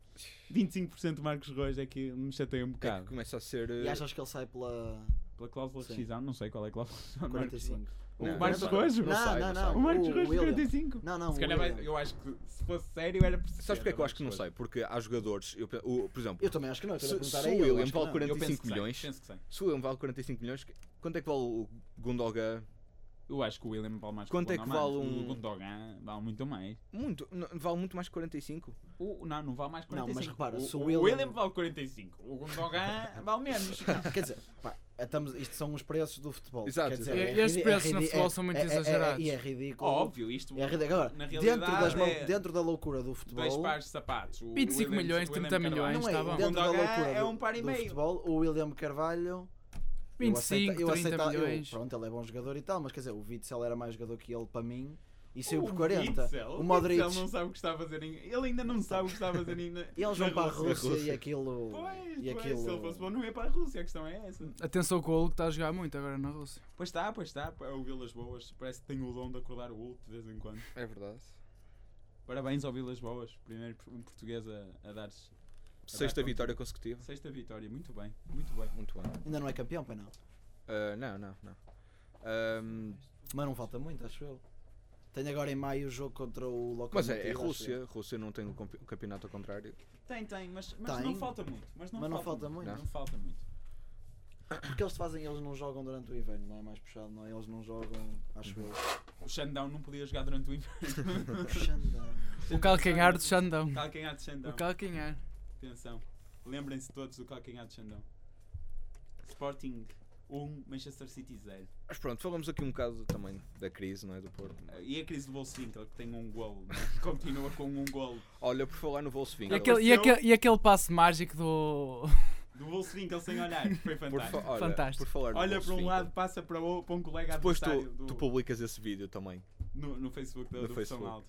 25% do Marcos Roxo é que me chateia um
É que
bocado.
começa a ser. eh,
E achas que ele sai pela
Pela cláusula de
Sim.
decisão, não sei qual é a cláusula. do Marcos Rojo.
45?
Não,
O Marcos
não sai.
Rojo?
Não sai,
não,
não
não.
sai.
O Marcos Rojo,
William.
45.
Não, não.
Se
o
calhar vai-
William.
eu acho que se fosse sério era por 60.
Sabes porque é que eu acho que não
mas
sei? Porque há jogadores. Eu, pe- o, por exemplo,
Eu também acho que não. eu
se,
estou a
se
perguntar a
o
ele, eu
William
acho que
vale
não.
coisa. Eu penso
45
que sei,
milhões,
penso que sei.
se o William vale 45 milhões, que- quanto é que vale o Gundogan?
O Eu acho que o William vale mais
Quanto
que o
é que
Gondomar.
vale um-
O Gundogan vale muito mais.
Muito, n- vale muito mais que 45.
O, não, não vale mais
Não, mas
45.
repara,
o,
se o
o
William-
William vale 45.
[laughs]
O Gundogan vale menos.
Quer dizer, pá, estamos, isto são os preços do futebol.
Exato,
Quer dizer,
exato.
é
E- estes
ridi-
preços
ridi-
no futebol são muito
é- é- é-
exagerados.
E é, ridículo.
Óbvio, isto
É ridículo. Agora,
na
dentro, das
realidade
mão-
é
dentro da loucura do
dois
futebol,
pares de sapatos. O
25
William-
milhões,
o William
30
Carvalho.
milhões,
não
tá
é,
bom.
dentro da
Gundogan
loucura
é
do-
um par e
do
meio.
futebol, o William Carvalho... eu
25,
aceita- eu
30
aceita- eu-
milhões.
pronto, ele é bom jogador e tal, mas quer dizer, o Witzel era mais jogador que ele para mim e saiu
O
por 40.
Witzel,
o Modric,
Witzel não sabe o que está a fazer. em- Ele ainda não sabe o que está a fazer ainda.
[laughs] eles vão
na
para a
Rússia.
Rússia e aquilo...
Pois,
e
pois, se ele
aquilo...
fosse bom, não ia para a Rússia. A questão é essa.
Atenção com o Hulk, está a jogar muito agora na Rússia.
Pois
tá,
está, pois está. É o Vilas Boas. Parece que tem o dom de acordar o outro de vez em quando.
É verdade.
Parabéns ao Vilas Boas. Primeiro um português a, a dar-se
Sexta
contigo.
vitória consecutiva.
sexta vitória. Muito bem, muito bem.
Muito bem.
Ainda não é campeão, pai não.
Ah, não, não, não. Ahm,
Mas não falta muito, acho eu. Tenho agora em maio o jogo contra o
mas
Lokomotiv.
é, é
acho
Rússia.
eu.
Rússia não tem o campe- o campeonato ao contrário.
Tem, tem, mas, mas
Tem.
não falta muito. Mas não,
Mas não
falta,
falta muito.
Não falta muito.
Porque eles fazem, eles não jogam durante o inverno, não é mais puxado, não. Eles não jogam, acho
[laughs]
eu.
O Shandown não podia jogar durante o inverno.
Xandão.
O calcanhar de Xandão.
Calcanhar de Xandão.
O calcanhar.
Atenção. Lembrem-se todos do calcanhar de Xandão. Sporting 1, Manchester City 0.
Mas pronto, falamos aqui um bocado também da crise, não é? Do Porto.
E a crise do Bolsintra, que tem um gol. né? [laughs] Continua com um gol.
Olha, por falar no Volkswagen.
E aquele, e, aquele, e aquele passo mágico do. [laughs]
Do Bolsintra sem olhar. Foi
Por fa-
fantástico.
olha,
Fantástico.
Por falar no
Olha para um
Wolfswinkel.
lado, passa para, o, para um colega
Depois
adversário
tu,
do,
tu publicas esse vídeo também.
no, no Facebook da-
No
do
Facebook.
Ronaldo.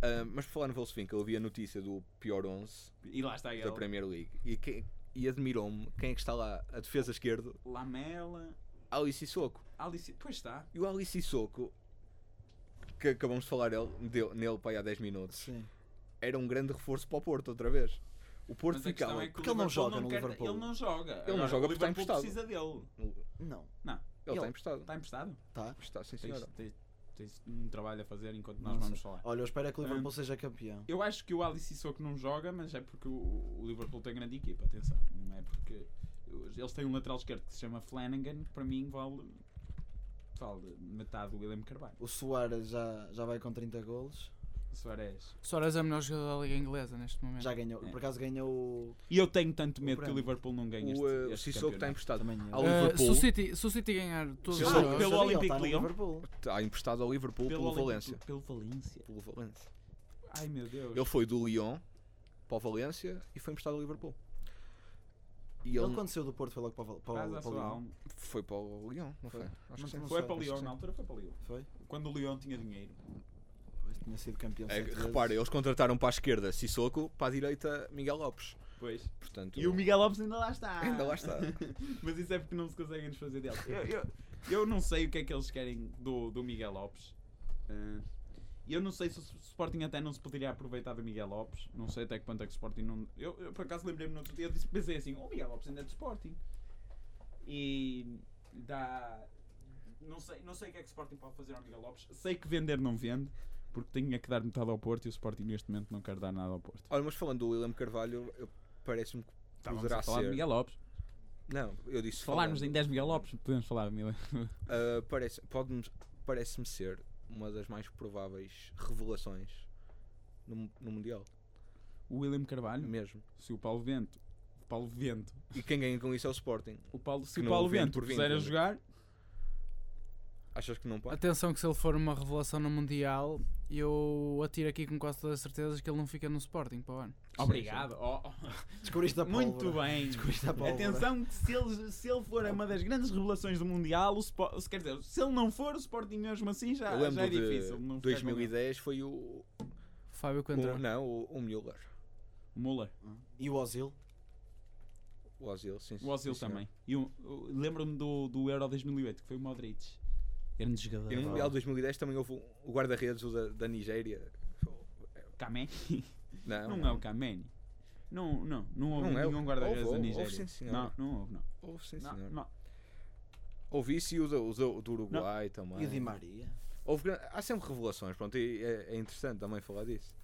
Ah, mas por falar no Volkswagen, eu vi a notícia do pior 11
E lá está ele.
da Premier League. E, que- e admirou-me quem é que está lá, a defesa esquerda,
Lamela.
Ali Sissoko.
Alice. Pois está.
E o Ali Sissoko, que acabamos de falar ele- dele- nele para aí há 10 minutos,
Sim.
era um grande reforço para o Porto outra vez. O Porto
Mas a questão
ficava.
é que o
Porque ele não
Liverpool
joga no
quer-
Liverpool.
Ele não joga.
não joga
Agora, o
porque está
Liverpool
emprestado.
precisa dele.
Não.
Ele está
ele-
emprestado.
Está emprestado.
Tá.
Está, sim
Tens,
senhora.
tens, tens um trabalho a fazer enquanto nós
Não
vamos
sei.
falar.
Olha, eu espero é que o Liverpool
Hum.
seja campeão.
Eu acho que o Alice Sissoko não joga, mas é porque o, o Liverpool tem grande equipa, atenção. Não é porque. Eles têm um lateral esquerdo que se chama Flanagan, que para mim vale. vale metade do William Carvalho.
O Soares já, já vai com 30 golos.
Soares.
Soares é o melhor jogador da Liga Inglesa neste momento.
Já ganhou,
É.
por acaso ganhou
E eu tenho tanto
O
medo que o
Brandon.
Liverpool não ganhe este,
O, eh, o
este
Sissoko está
campeonato. é.
emprestado.
também.
Ao
ele.
Ah,
Liverpool.
se, o City, se o City ganhar todos
Sim,
os
Ah,
Pelo-
eu
jogos.
pelo-
sabia, ele
Olympique
tá no
Lyon.
Liverpool.
Está Tá emprestado ao Liverpool pelo,
Olympique-
Valência.
Pelo Valência.
Pelo Valência.
Ai meu Deus.
Ele foi do Lyon para o Valência e foi emprestado ao Liverpool. E
Ele
ele
quando saiu do Porto foi logo para o para
Faz
o-
a
para o
sua
Lyon.
alma.
foi para o Lyon, não foi? Acho
Não
que sim.
sei.
Foi para o Lyon,
sim.
na altura foi para o Lyon.
Foi?
Quando o Lyon tinha dinheiro.
Pois, Tinha sido campeão.
É,
sete vezes.
repara, eles contrataram para a esquerda Sissoko, para a direita Miguel Lopes.
Pois.
Portanto,
E o Ah. Miguel Lopes ainda lá está.
Ainda lá está.
[laughs] Mas isso é porque não se conseguem desfazer dele. Eu, eu, eu não sei o que é que eles querem do, do Miguel Lopes. Ah, eu não sei se o Sporting até não se poderia aproveitar do Miguel Lopes. Não sei até que ponto é que o Sporting não. Eu, eu, por acaso lembrei-me no outro dia, eu disse- pensei assim: o Miguel Lopes ainda é do Sporting. E dá. Não sei, não sei o que é que o Sporting pode fazer ao Miguel Lopes. Sei que vender não vende, porque tinha que dar metade ao Porto e o Sporting neste momento não quer dar nada ao Porto.
Olha, mas falando do William Carvalho, eu- parece-me que
Estávamos
poderá
a falar de
Tá, ser.
Miguel Lopes.
Não, eu disse
Se falarmos em
falando.
10 Miguel Lopes, podemos falar de Miguel
Ah, parece, pode-me- parece-me ser uma das mais prováveis revelações no, no Mundial.
O William Carvalho,
Mesmo.
se o Paulo Vento, o Paulo Vento,
E quem ganha com isso é o Sporting.
o Paulo,
Que
se o
não
Paulo
vende
Vento
por vinte,
quiser a
não é?
jogar,
Achas que não pode?
Atenção que se ele for uma revelação no Mundial, eu atiro aqui com quase todas as certezas que ele não fica no Sporting para o ano.
obrigado. ó, ó.
Descobriste a pólvora.
Muito bem.
Descobriste a pólvora.
Atenção que se ele, se ele for uma das grandes revelações do Mundial, o Spo- se quer dizer, se ele não for, o Sporting mesmo assim já,
eu
já
lembro
é difícil.
de
não ficar com ele.
2010 foi o,
Fábio Coentrão.
o não, o, o Müller,
Muller,
E o Ozil?
o Ozil, sim.
o Ozil
sim, senhor.
também. E o- o- Lembro-me do, do Euro 2008, que foi o Modric. Grande
E no
jogador.
um Mundial de 2010 também houve o guarda-redes o da, da Nigéria.
Kameni.
Não,
Não é o Kameni. Não, não, não houve
Não é o-
nenhum guarda-redes
houve,
da
houve,
Nigéria.
houve, sim, senhor.
não, não houve, não.
Houve, sim,
Não,
senhor.
não.
Houve isso e o do, o do- o do Uruguai também.
E o Di Maria?
Houve gran- há sempre revelações, pronto, e é, é interessante também falar disso.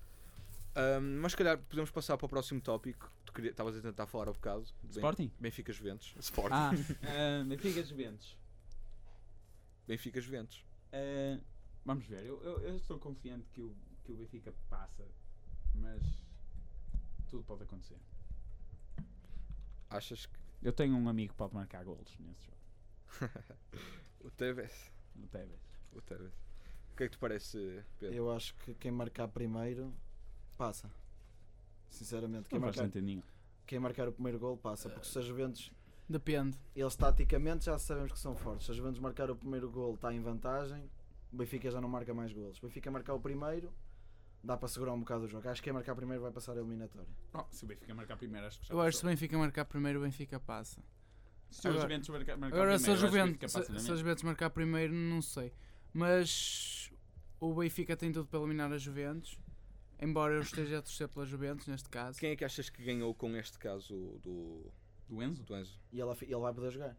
Ahm, mas se calhar podemos passar para o próximo tópico. que Tu queria- estavas a tentar falar há bocado. Ben-
Sporting?
Benfica Juventus. Sporting.
Ah, ah, Benfica Juventus.
Benfica Juventus.
Ah, vamos ver, eu, eu- eu estou confiante que o, que o Benfica passa, mas tudo pode acontecer.
Achas que.
Eu tenho um amigo que pode marcar golos nesse jogo,
o Tevez.
o Tevez.
O Tevez. O que é que te parece, Pedro?
Eu acho que quem marcar primeiro passa. Sinceramente, quem
Não faz
marcar,
sentido nenhum.
quem marcar o primeiro gol passa, porque se a Juventus,
Depende.
eles taticamente já sabemos que são fortes. Se a Juventus marcar o primeiro gol está em vantagem, o Benfica já não marca mais golos. O Benfica marcar o primeiro, dá para segurar um bocado o jogo. Acho que quem marcar primeiro vai passar a eliminatória.
Oh, se o Benfica marcar primeiro, acho que já
Eu acho que se
passou.
o Benfica marcar primeiro, o Benfica passa.
Se o
Agora-
Juventus marcar, marcar
Agora,
primeiro, eu acho
se a
que o
Juventus,
Benfica passa né? na
se a
mesma.
Juventus marcar primeiro, não sei. Mas o Benfica tem tudo para eliminar a Juventus. Embora eu esteja a torcer pela Juventus, neste caso.
Quem é que achas que ganhou com este caso do,
Do Enzo?
do Enzo?
E ele, ele vai poder jogar.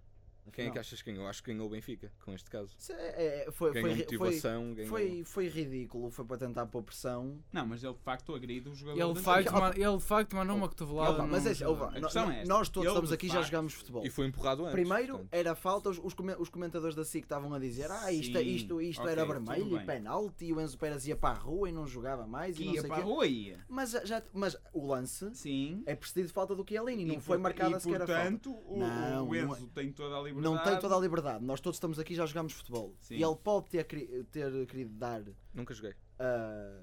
Quem é
Afinal.
que achas que ganhou? Acho que ganhou o Benfica com este caso.
Se- é- é- foi,
Ganhou
foi, foi,
motivação, ganhou. um-
foi, foi ridículo, foi para tentar pôr pressão.
Não, mas ele de facto agride o jogador.
Ele, de
do
facto,
Benfica.
man- ele de facto mandou uma cotovelada.
Opa, mas
num
é isso,
jogador.
opa,
A
nó-
questão é
nó-
esta.
nós todos
Ele,
estamos
de
aqui já
facto,
jogámos futebol.
E foi empurrado
é
antes.
Primeiro
portanto.
era falta, os, os come- os comentadores da SIC estavam a dizer ah, isto,
Sim,
isto, isto
ok,
era
tudo
vermelho
bem.
e penalti, e o Enzo Pérez ia para a rua e não jogava mais
Que
e não
ia
sei
para
é-
quê.
a rua ia.
Mas, eh, já- já, mas o lance
Sim.
é precedido de falta do Chiellini, não
E
foi
por-
marcada
e,
sequer a falta.
portanto, o-
Não,
o
não
Enzo tem toda a liberdade.
Não tem toda a liberdade, nós todos estamos aqui já jogámos futebol.
Sim.
E ele pode ter, queri- ter eh, querido dar.
Nunca joguei.
ah,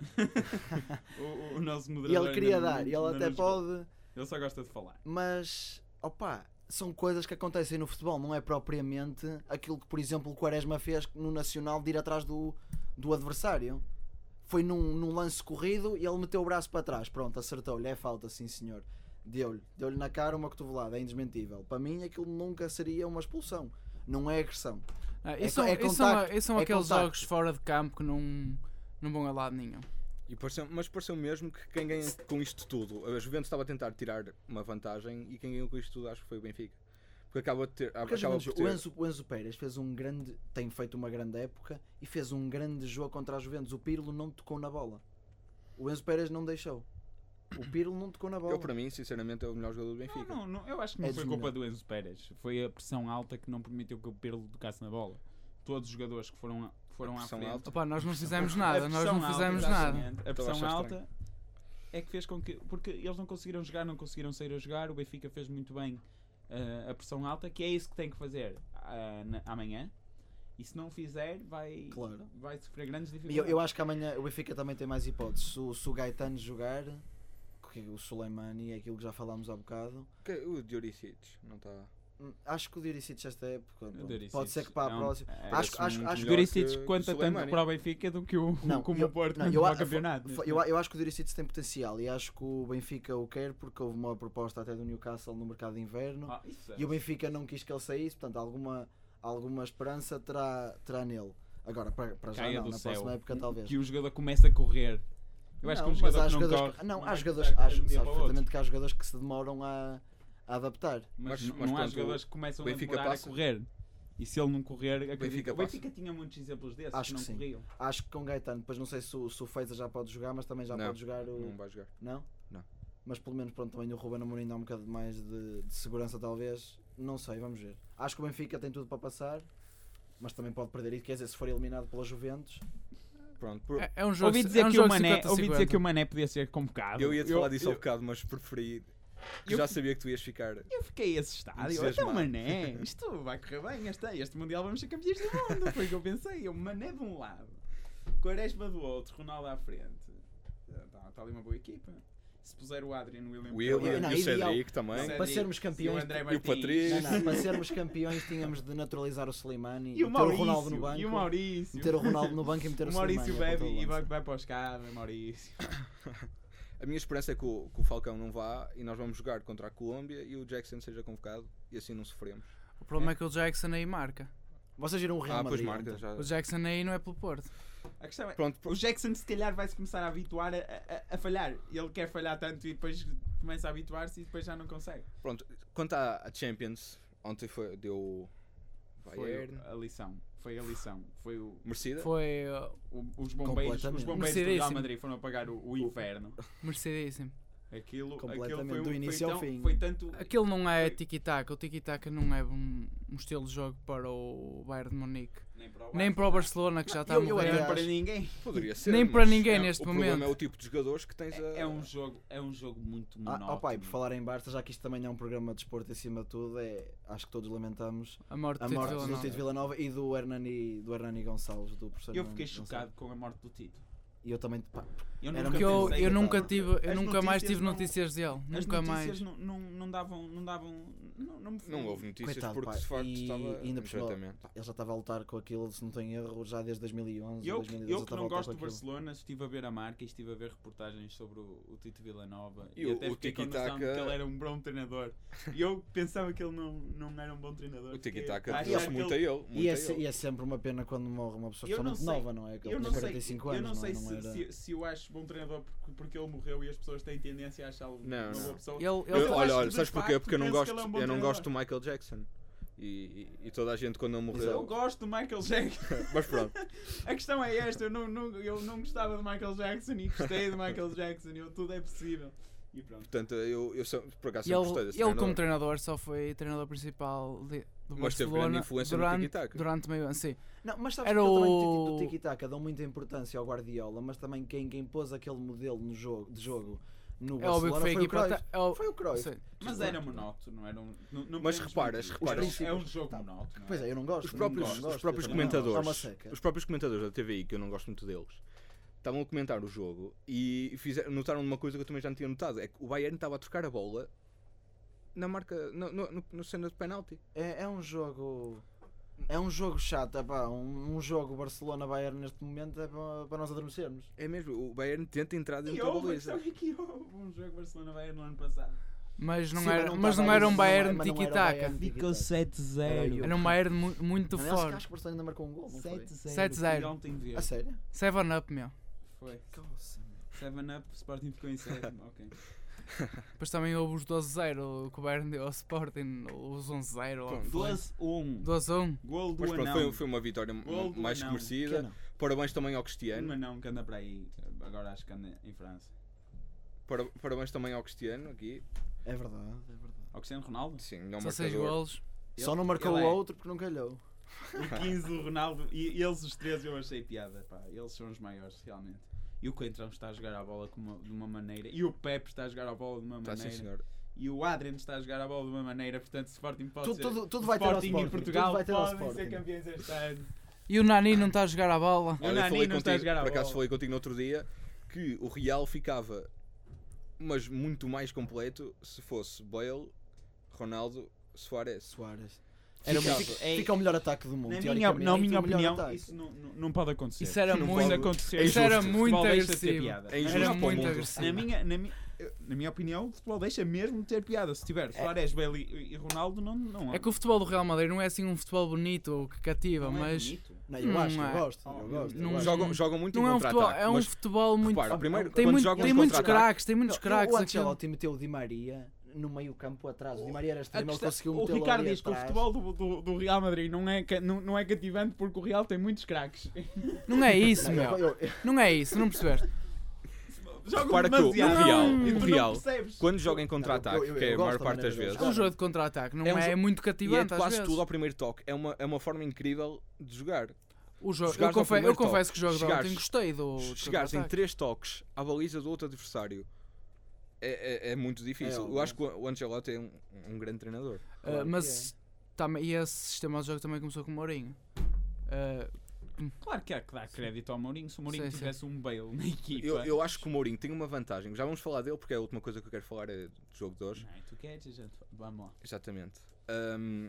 O, o nosso
e
moderador
ele queria
ainda não-
dar, e
ainda
ele até
não jogou.
pode.
Ele só gosta de falar.
mas opa, são coisas que acontecem no futebol, não é propriamente aquilo que, por exemplo, o Quaresma fez no Nacional de ir atrás do, do adversário. Foi num, num lance corrido e ele meteu o braço para trás. Pronto, acertou-lhe, é falta, sim senhor. Deu-lhe, deu-lhe na cara uma cotovelada, é indesmentível. Para mim, aquilo nunca seria uma expulsão, não é agressão.
Ah,
É
isso, são,
co- é
isso são-
contacto,
isso são
é
aqueles
contacto.
jogos fora de campo que não, não vão a lado nenhum.
E pareceu, mas pareceu mesmo que quem ganha com isto tudo, a Juventus estava a tentar tirar uma vantagem e quem ganhou com isto tudo acho que foi o Benfica. Porque acaba de ter.
Porque
acaba
a Juventus-
por ter-
o, Enzo, o Enzo Pérez fez um grande, tem feito uma grande época e fez um grande jogo contra a Juventus. O Pirlo não tocou na bola. O Enzo Pérez não deixou. O Pirlo não tocou na bola.
Eu, para mim, sinceramente, é o melhor jogador do
Não,
Benfica.
não, não, eu acho que não
É
foi
desumilde.
culpa do Enzo Pérez. Foi a pressão alta que não permitiu que o Pirlo tocasse na bola. Todos os jogadores que foram, a- que foram
A
à
pressão
frente.
alta.
Opa, nós não fizemos
A
nada, nós
pressão é
não
alta,
fizemos
exatamente.
nada.
Então
Estou
A
a
pressão
achar
alta é que fez com que. Porque eles não conseguiram jogar, não conseguiram sair a jogar. O Benfica fez muito bem ah, a pressão alta, que é isso que tem que fazer ah, na- amanhã. E se não fizer, vai,
Claro.
vai sofrer grandes
E Eu,
dificuldades.
eu acho que amanhã o Benfica também tem mais hipóteses. Se, o- se o Gaetano jogar, que o Soleimani é aquilo que já falámos há bocado.
Que- O Dioricic não tá, está.
hum, Acho que o Diricic esta época pronto,
Duricic
pode ser que para a
é um-
próxima.
é-
Acho-
parece-me muito
acho
Os
melhor
Duricic
que o
conta tanto
Soleimani.
para o Benfica do que o,
Não,
[laughs] como
eu-
o Porto
não,
não,
eu
para
a-
o campeonato.
Fa- Eu, a- eu acho que o Diricic tem potencial e acho que o Benfica o quer porque houve uma proposta até do Newcastle no mercado de inverno.
Ah, isso é-
E o Benfica não quis que ele saísse, portanto, alguma, alguma esperança terá, terá nele. Agora, para, para já
Caia
não,
do
na
céu.
próxima época talvez.
que o jogador começa a correr. Eu acho que um
mas
jogador
há
que não
jogadores
corre.
que- não, há
vai
jogadores,
começar a
há,
correr de um dia
sabes
para o outro.
perfeitamente que há jogadores que se demoram a, a adaptar.
Mas,
Mas-
não-
mas
não há
quando
jogadores que começam
o Benfica
a demorar
passa-
a correr. E se ele não correr, acredito-
Benfica
o
passa.
Benfica tinha muitos exemplos desses
Acho
que não
que sim.
corriam.
Acho que com Gaetano, depois não sei se, o- se o Feza já pode jogar, mas também já
Não,
pode jogar o.
Não vai jogar.
Não?
Não.
Mas pelo menos pronto, também o Ruben Amorim dá um bocado mais de, de segurança talvez. Não sei, vamos ver. Acho que o Benfica tem tudo para passar, mas também pode perder isso. Quer dizer, se for eliminado pela Juventus,
Pronto, por-
É, é um jogo,
Ouvi
se-
dizer,
é um
que, o
jogo
Mané,
50-50.
ouvi dizer que o Mané podia ser convocado.
eu ia te falar disso há
eu,
bocado, mas preferi. que
Eu-
Já sabia que tu ias ficar.
eu fiquei assustado. Eu, até o
Entusiasmado.
Mané, isto vai correr bem. Este, é, este Mundial vamos ser campeões do mundo. Foi o que eu pensei. O Mané de um lado, Quaresma do outro, Ronaldo à frente. Está ali uma boa equipa. Se puser o Adrian William,
O William
não,
e o
ideal-
Cedric também.
Não, para sermos campeões-
e o, André
E o
Martins.
Patricio.
não, não, para
[laughs]
sermos campeões tínhamos de naturalizar o Slimani
E o
meter
Maurício.
o Ronaldo no banco.
E o Maurício.
Meter o Ronaldo no banco e meter o,
[laughs] O Maurício
Slimani, é
bebe
ponta de
e vai,
lança.
vai para o escada, Maurício.
A minha esperança é que o, que o Falcão não vá e nós vamos jogar contra a Colômbia e o Jackson seja convocado e assim não sofremos.
O problema é que o Jackson aí marca.
Vocês viram o Real
Ah, pois
Madrid.
marca
ontem?
já.
O Jackson aí não é pelo Porto.
A questão é,
Pronto,
o Jackson se calhar vai-se começar a habituar a, a- a falhar. Ele quer falhar tanto e depois começa a habituar-se e depois já não consegue.
Pronto, quanto à à Champions, ontem foi, deu
Foi
Bayern,
a lição. Foi a lição. Foi o,
merecida.
Foi uh,
o- os bombeiros,
Completamente.
os bombeiros do Real
Merecidíssimo.
Madrid foram apagar o, o inferno.
merecidíssimo.
Aquilo, aquilo
Completamente,
foi, um-
do início
foi,
ao
tão-
fim.
foi tanto.
Aquilo não é
Foi-
tiki-taka, o tiki-taka não é um, um estilo de jogo para o Bayern de Munique.
Nem para o
Nem para o tá Barcelona, que já está a
eu
morrer.
até
Nem
acho-
para ninguém.
Poderia ser.
Nem
mas
para ninguém
é-
neste
o problema
momento.
é o tipo de jogadores que tens a.
É, é um jogo, é um jogo muito
eh, Ah,
monótono.
oh pai, por falar em Barça, já que isto também é um programa de desporto acima de tudo, é, acho que todos lamentamos
A morte
a
do
morte
Tito
do Tito
Villanova.
Villanova e do Hernani, do Hernani Gonçalves, do professor
Eu
Hernani
fiquei
Gonçalves.
chocado com a morte do Tito.
E eu também, pá,
Eu
Era
nunca
muito
Que eu,
pensei-
eu nunca
porque
tive,
é
eu
as
nunca mais
notícias
tive
não-
notícias dele.
As
Nunca
notícias
mais.
não, não, não davam. Não, davam, não, não, me-
Não houve notícias
Coitado,
porque
pá,
de facto
e-
estava.
e ainda por cima-
Exatamente.
ele já estava a lutar com aquilo, se não tenho erro, já desde 2011,
Eu, que-
2012
eu que
estava a
não
lutar
gosto do
com aquilo.
Barcelona, estive a ver a marca e estive a ver reportagens sobre o, o Tito Villanova
E
e,
o-
até
o
fiquei com a noção de
tiki-taka-
que ele era um bom treinador. E eu pensava que ele não, não era um bom treinador.
O
Fiquei
tiki-taka
a
trouxe
achar que
muito a
ele-
ele. Muito
E é,
a
se-
ele.
e é sempre uma pena quando morre uma pessoa
Eu não
extremamente nova,
sei-
não é? Que ele
Eu não
tinha
sei,
45
eu
anos,
não sei
não
se,
era-
se, se eu acho bom treinador porque, porque ele morreu e as pessoas têm tendência a achá-lo
Não,
uma
não.
boa pessoa.
Ele,
Eu-
ele,
acho
olha,
que
olha,
de
sabes porquê?
facto
Porque eu não
penso
gosto,
que ele é um bom
eu não gosto do
treinador.
Michael Jackson. E, e- e toda a gente quando ele
Eu
morreu.
gosto do Michael Jackson.
[laughs]
[laughs]
Mas pronto,
A questão é esta: eu não, não- eu não gostava de Michael Jackson e gostei de Michael Jackson. Eu, tudo é possível. E pronto.
portanto, eu, eu sou- por acaso sempre gostei
ele,
desse
ele como
treinador.
treinador, só foi treinador principal de, do
Mas teve grande
Barcelona
influência no
durante,
tiki-taka.
durante meio ano. Sim,
Não, mas sabes
Era
que eu também
o-
do tiki- do tiki-taka dão muita importância ao Guardiola, mas também quem, quem pôs aquele modelo no jogo, de jogo no
é
Barcelona
óbvio que foi a
foi, o
equipa.
Cruyff.
ta- é o-
Foi o Cruyff.
sim.
Mas era monótono. Era um, não, não
Tipo, Mas
podemos
reparas,
mentir.
reparas. tipo
É um jogo monótono.
Pois é, eu não gosto.
Os
não
próprios,
gosto,
os próprios
eu também não gosto.
comentadores,
É uma seca.
os próprios comentadores da TVI, que eu não gosto muito deles, estavam a comentar o jogo e fizeram, notaram uma coisa que eu também já não tinha notado, é que o Bayern estava a trocar a bola na marca, no, no, no- no cena de penalti.
É, é um jogo. É um jogo chato, é pá, um, um jogo Barcelona-Bayern neste momento é para, para nós adormecermos.
É mesmo, o Bayern tenta entrar
E
dentro da
houve, a questão
baliza.
é que houve um jogo Barcelona-Bayern no ano passado.
Mas não
Sim,
era, mas
estava
não era um
isso,
Bayern
mas não era um
tiki-taka.
Bayern
Ficou
tiki-taka.
7-0.
Era um Bayern mu-
Aliás, acho
muito
que-
forte.
Acho que o Barcelona ainda marcou um gol, não foi?
7-0.
Fui ontem ver.
A sério?
Seven up, meu.
Foi.
Coça, meu.
7-up, Sporting
[laughs]
ficou em 7. ok.
Depois também houve os 12-0 que o Bayern deu ao Sporting, os 11-0. ou-
Pronto.
12-1.
12-1.
Gol do
Mas pronto,
anão.
foi, foi uma vitória
Gol do
mais que
anão.
Que
merecida.
não.
Parabéns também ao
Um
Cristiano.
anão que anda para aí. Agora acho que anda em França.
Para- parabéns também ao Cristiano aqui.
É verdade, é verdade.
Ao Cristiano Ronaldo. [laughs]
Sim, não
16
marcador.
golos.
Ele-
Só não marcou o
ele é.
outro porque não calhou.
O 15 do Ronaldo. E eles os três eu achei piada. Pá. Eles são os maiores, realmente. E o Coentrão está a jogar a bola com uma- de uma maneira. E o Pepe está a jogar a bola de uma
Tá, sim,
maneira.
senhor.
e o Adrian está a jogar a bola de uma maneira. Portanto, Sporting pode
Tudo,
ser.
tudo, tudo vai ter ao
Sporting
Sporting.
em Portugal
tudo vai ter ao
podem ser
Sporting.
campeões este ano.
E o Nani não está a jogar à bola.
Olha,
O
eu
Nani
falei
não está a
contigo,
jogar à
por acaso
bola.
falei contigo no outro dia que o Real ficava, mas muito mais completo se fosse Bale, Ronaldo, Soares.
Soares.
Era
fica,
muito-
fica- fica o melhor ataque do mundo.
Na minha,
teoricamente.
na
Fica
minha
o é melhor
opinião,
ataque.
isso não, não, não pode acontecer.
Isso era
Não
muito.
pode
acontecer.
Isso era muito
futebol deixa de ter
agressivo.
piada.
É injusto
Era
para o
muito
mundo.
Na
agressivo.
minha, na, mi- eu- na minha opinião, o futebol deixa mesmo de ter piada. Se
É.
tiver Suárez, Bale e, e Ronaldo, não, não
É que o futebol do Real Madrid não é assim um futebol bonito ou que cativa,
não é
mas.
bonito.
Não, eu
Não
acho,
é.
eu gosto.
Oh,
Eu gosto. eu
não
gosto.
joga
Jogam, jogam muito
Não
em
é um futebol,
contra-ataque.
é um
mas
futebol muito.
repara, primeiro,
Tem,
quando
muito-
jogam
tem
em
muitos
contra-ataque,
craques, tem muitos
Não,
craques.
O
aquilo.
Ancelotti meteu o Di Maria no meio campo atrás. O Di Maria era
A
extremo, ele
questão-
conseguiu
o
meter
Ricardo diz que o futebol do, do, do Real Madrid não é, ca- não, não é cativante porque o Real tem muitos craques. [laughs]
Não é isso,
Não, eu-
meu.
eu- eu-
Não é isso, não percebeste?
Jogam
Repara que o- o
demasiado.
Real-
E tu
o
não
Real,
percebes.
quando joga em
Eu-
contra-ataque,
eu- eu
que é a maior
gosto
parte
da
das
maneira
vezes,
deles.
É um jogo de contra-ataque, não
É
é,
um jogo-
muito
e é
cativante às
quase
vezes.
tudo ao primeiro toque. É uma, é uma forma incrível de jogar.
O jogo,
Chegares
eu,
ao
confe- eu
primeiro toque,
confesso que o jogo de
chegares-
ontem gostei do. do
Chegares em
contra-ataque.
três toques à baliza do outro adversário é, é- é muito
É
difícil.
óbvio.
Eu acho que o o Ancelotti é um, um grande treinador.
Uh,
Claro que
mas tam- e esse sistema de jogo também começou com o Mourinho. Uh,
Claro que há que dar crédito ao Mourinho. Se o Mourinho
Sim, sim.
tivesse um Bale na equipa.
Eu, eu acho que o Mourinho tem uma vantagem. Já vamos falar dele, porque é a última coisa que eu quero falar é do jogo de hoje.
Não, tu queres, gente? Vamos lá.
Exatamente. Ahm,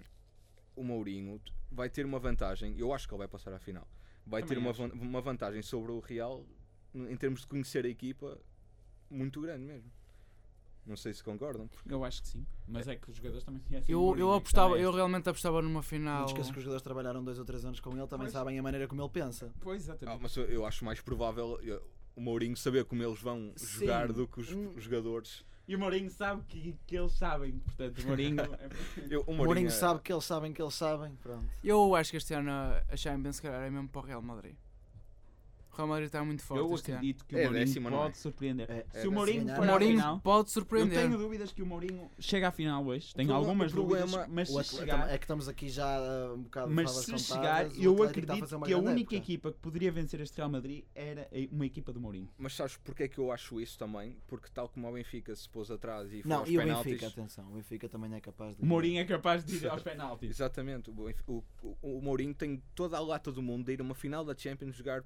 o Mourinho t- vai ter uma vantagem, eu acho que ele vai passar à final. Vai
Também
ter uma,
acho.
van- uma vantagem sobre o Real n- em termos de conhecer a equipa muito grande mesmo. Não sei se concordam.
Eu acho que sim. Mas é que os jogadores também conhecem o
eu,
Mourinho,
eu
então é
apostava, eu
esta-
realmente apostava numa
Não
final.
te esqueças que os jogadores trabalharam dois ou três anos com ele, também
Pois.
sabem a maneira como ele pensa.
Pois,
Ah,
exatamente.
mas eu- eu acho mais provável eu- o Mourinho saber como eles vão
Sim.
jogar do que os
Hum.
os jogadores.
E o Mourinho sabe que, que eles sabem. Portanto, o Mourinho... é-
Eu- o
O Mourinho
é-
sabe que eles sabem que eles sabem. Pronto.
Eu acho que este ano a Champions se calhar é mesmo para o Real Madrid. Real Madrid está muito forte
Eu
este ano.
acredito que o
É
Mourinho
décima, não é?
pode surpreender.
É,
Se
é
o Mourinho
décima.
for
O
Para
à
Mourinho
final,
pode
eu
surpreender.
tenho dúvidas que o Mourinho chega à final hoje. Tenho
problema-
algumas
o problema-
dúvidas, mas
O
se
atleta-
chegar,
É que estamos aqui já ah, um bocado
mas
falas
se
contadas, o
chegar eu
Atlético está a
acredito
fazer uma
que a
grande
única
época.
equipa que poderia vencer este Real Madrid era uma equipa do Mourinho.
Mas sabes porque é que eu acho isso também? Porque tal como o Benfica se pôs atrás e foi
Não,
aos
e o
penaltis.
Benfica, atenção, o Benfica também é capaz de.
O Mourinho é capaz de ir aos
Tipo,
penaltis.
Exatamente. O, Benf- o, o- o Mourinho tem toda a lata do mundo de ir a uma final da Champions jogar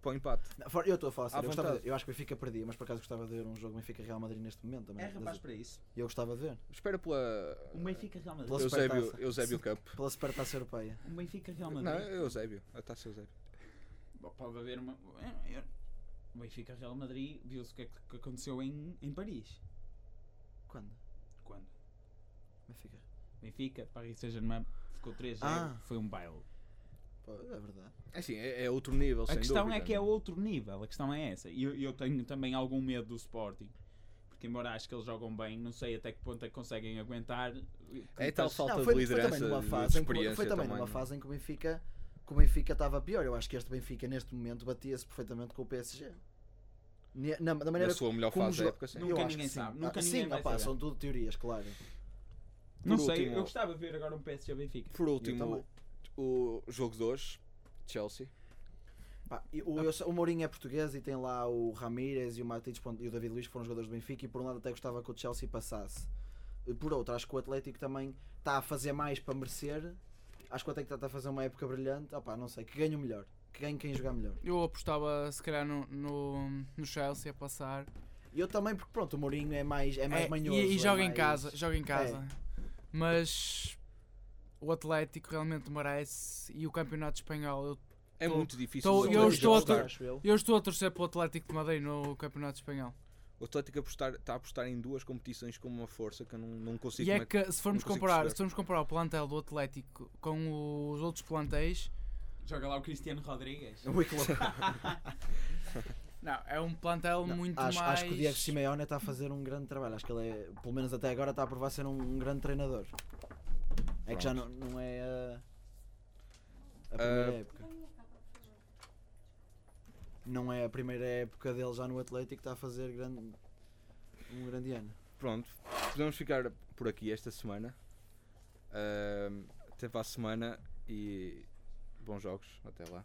para o empate.
Não, for- Eu estou a falar
À
sério, eu, gostava
vontade.
de, eu acho que o Benfica perdia, mas por acaso gostava de ver um jogo Benfica Real Madrid neste momento também.
É rapaz
Mas
para isso.
eu gostava de ver.
Espera pela
O Benfica Real Madrid.
Pela-
Eusébio,
supertaça.
Eusébio Cup.
Pela supertaça europeia.
O Benfica Real
Não,
Madrid.
é Eusébio. A taça Eusébio.
Pode haver uma. é, O Benfica Real Madrid viu-se o que é que aconteceu em, em Paris.
Quando?
Quando?
Benfica.
Benfica, Paris Saint-Germain, ficou 3-0,
Ah.
foi um baile.
Pô, é verdade.
É assim, é, é outro nível,
A
sem
questão
dúvida. né?
é que é outro nível, a questão é essa. E eu, eu tenho também algum medo do Sporting. Porque embora acho que eles jogam bem, não sei até que ponto é que conseguem aguentar.
É tal
Mas-
falta
Não, foi,
de
foi também
liderança,
numa
de
fase, em que-
experiência
foi também
também,
numa
não é?
fase em que o Benfica, que o Benfica estava pior. Eu acho que este Benfica neste momento batia-se perfeitamente com o PSG. Ne- Na, da maneira
Na sua melhor
como
fase da
jo-
época, sim.
Eu
Nunca
acho
ninguém
que sim.
sabe,
Ah,
nunca
sim,
ninguém vai
opá,
saber.
são tudo teorias, claro.
Não
Por
sei,
último-
eu gostava de ver agora um PSG Benfica.
Por último,
também.
o jogo de hoje, Chelsea.
Pá, e o, eu sei- o Mourinho é português e tem lá o Ramírez e o Matites pronto, e o David Luiz que foram jogadores do Benfica e por um lado até gostava que o Chelsea passasse. Por outro, acho que o Atlético também está a fazer mais para merecer. Acho que o Atlético está a fazer uma época brilhante. Opá, não sei, que ganhe o melhor. Que ganhe quem jogar melhor.
Eu apostava se calhar no, no, no Chelsea a passar.
E eu também, porque pronto, o Mourinho é mais, é mais
É,
manhoso.
e, e
é
joga em
mais- É.
casa, joga em casa. Mas o Atlético realmente merece e o Campeonato Espanhol. Eu,
É
Tô-
muito difícil.
tô-
o
São
eu
dois
Atlético
estou a
jogos,
apostar.
acho eu.
eu estou a torcer para o Atlético de Madrid no Campeonato Espanhol.
O Atlético apostar- está a apostar em duas competições com uma força que eu não, não consigo
e é
como [laughs]
que se formos
não consigo
comparar,
perceber.
se formos comparar o plantel do Atlético com os outros plantéis,
Joga lá o Cristiano
Um
Rodrigues.
é
O Wicklow.
não, é um plantel muito
acho,
mais
acho que o Diego Simeone está a fazer um grande trabalho. Acho que ele é, pelo menos até agora, está a provar ser um, um grande treinador. É que já não, não é a, a primeira
Ah.
época. Não é a primeira época dele já no Atlético, está a fazer grande, um grande ano.
Pronto, podemos ficar por aqui esta semana. Ahm, até para a semana e bons jogos. Até lá.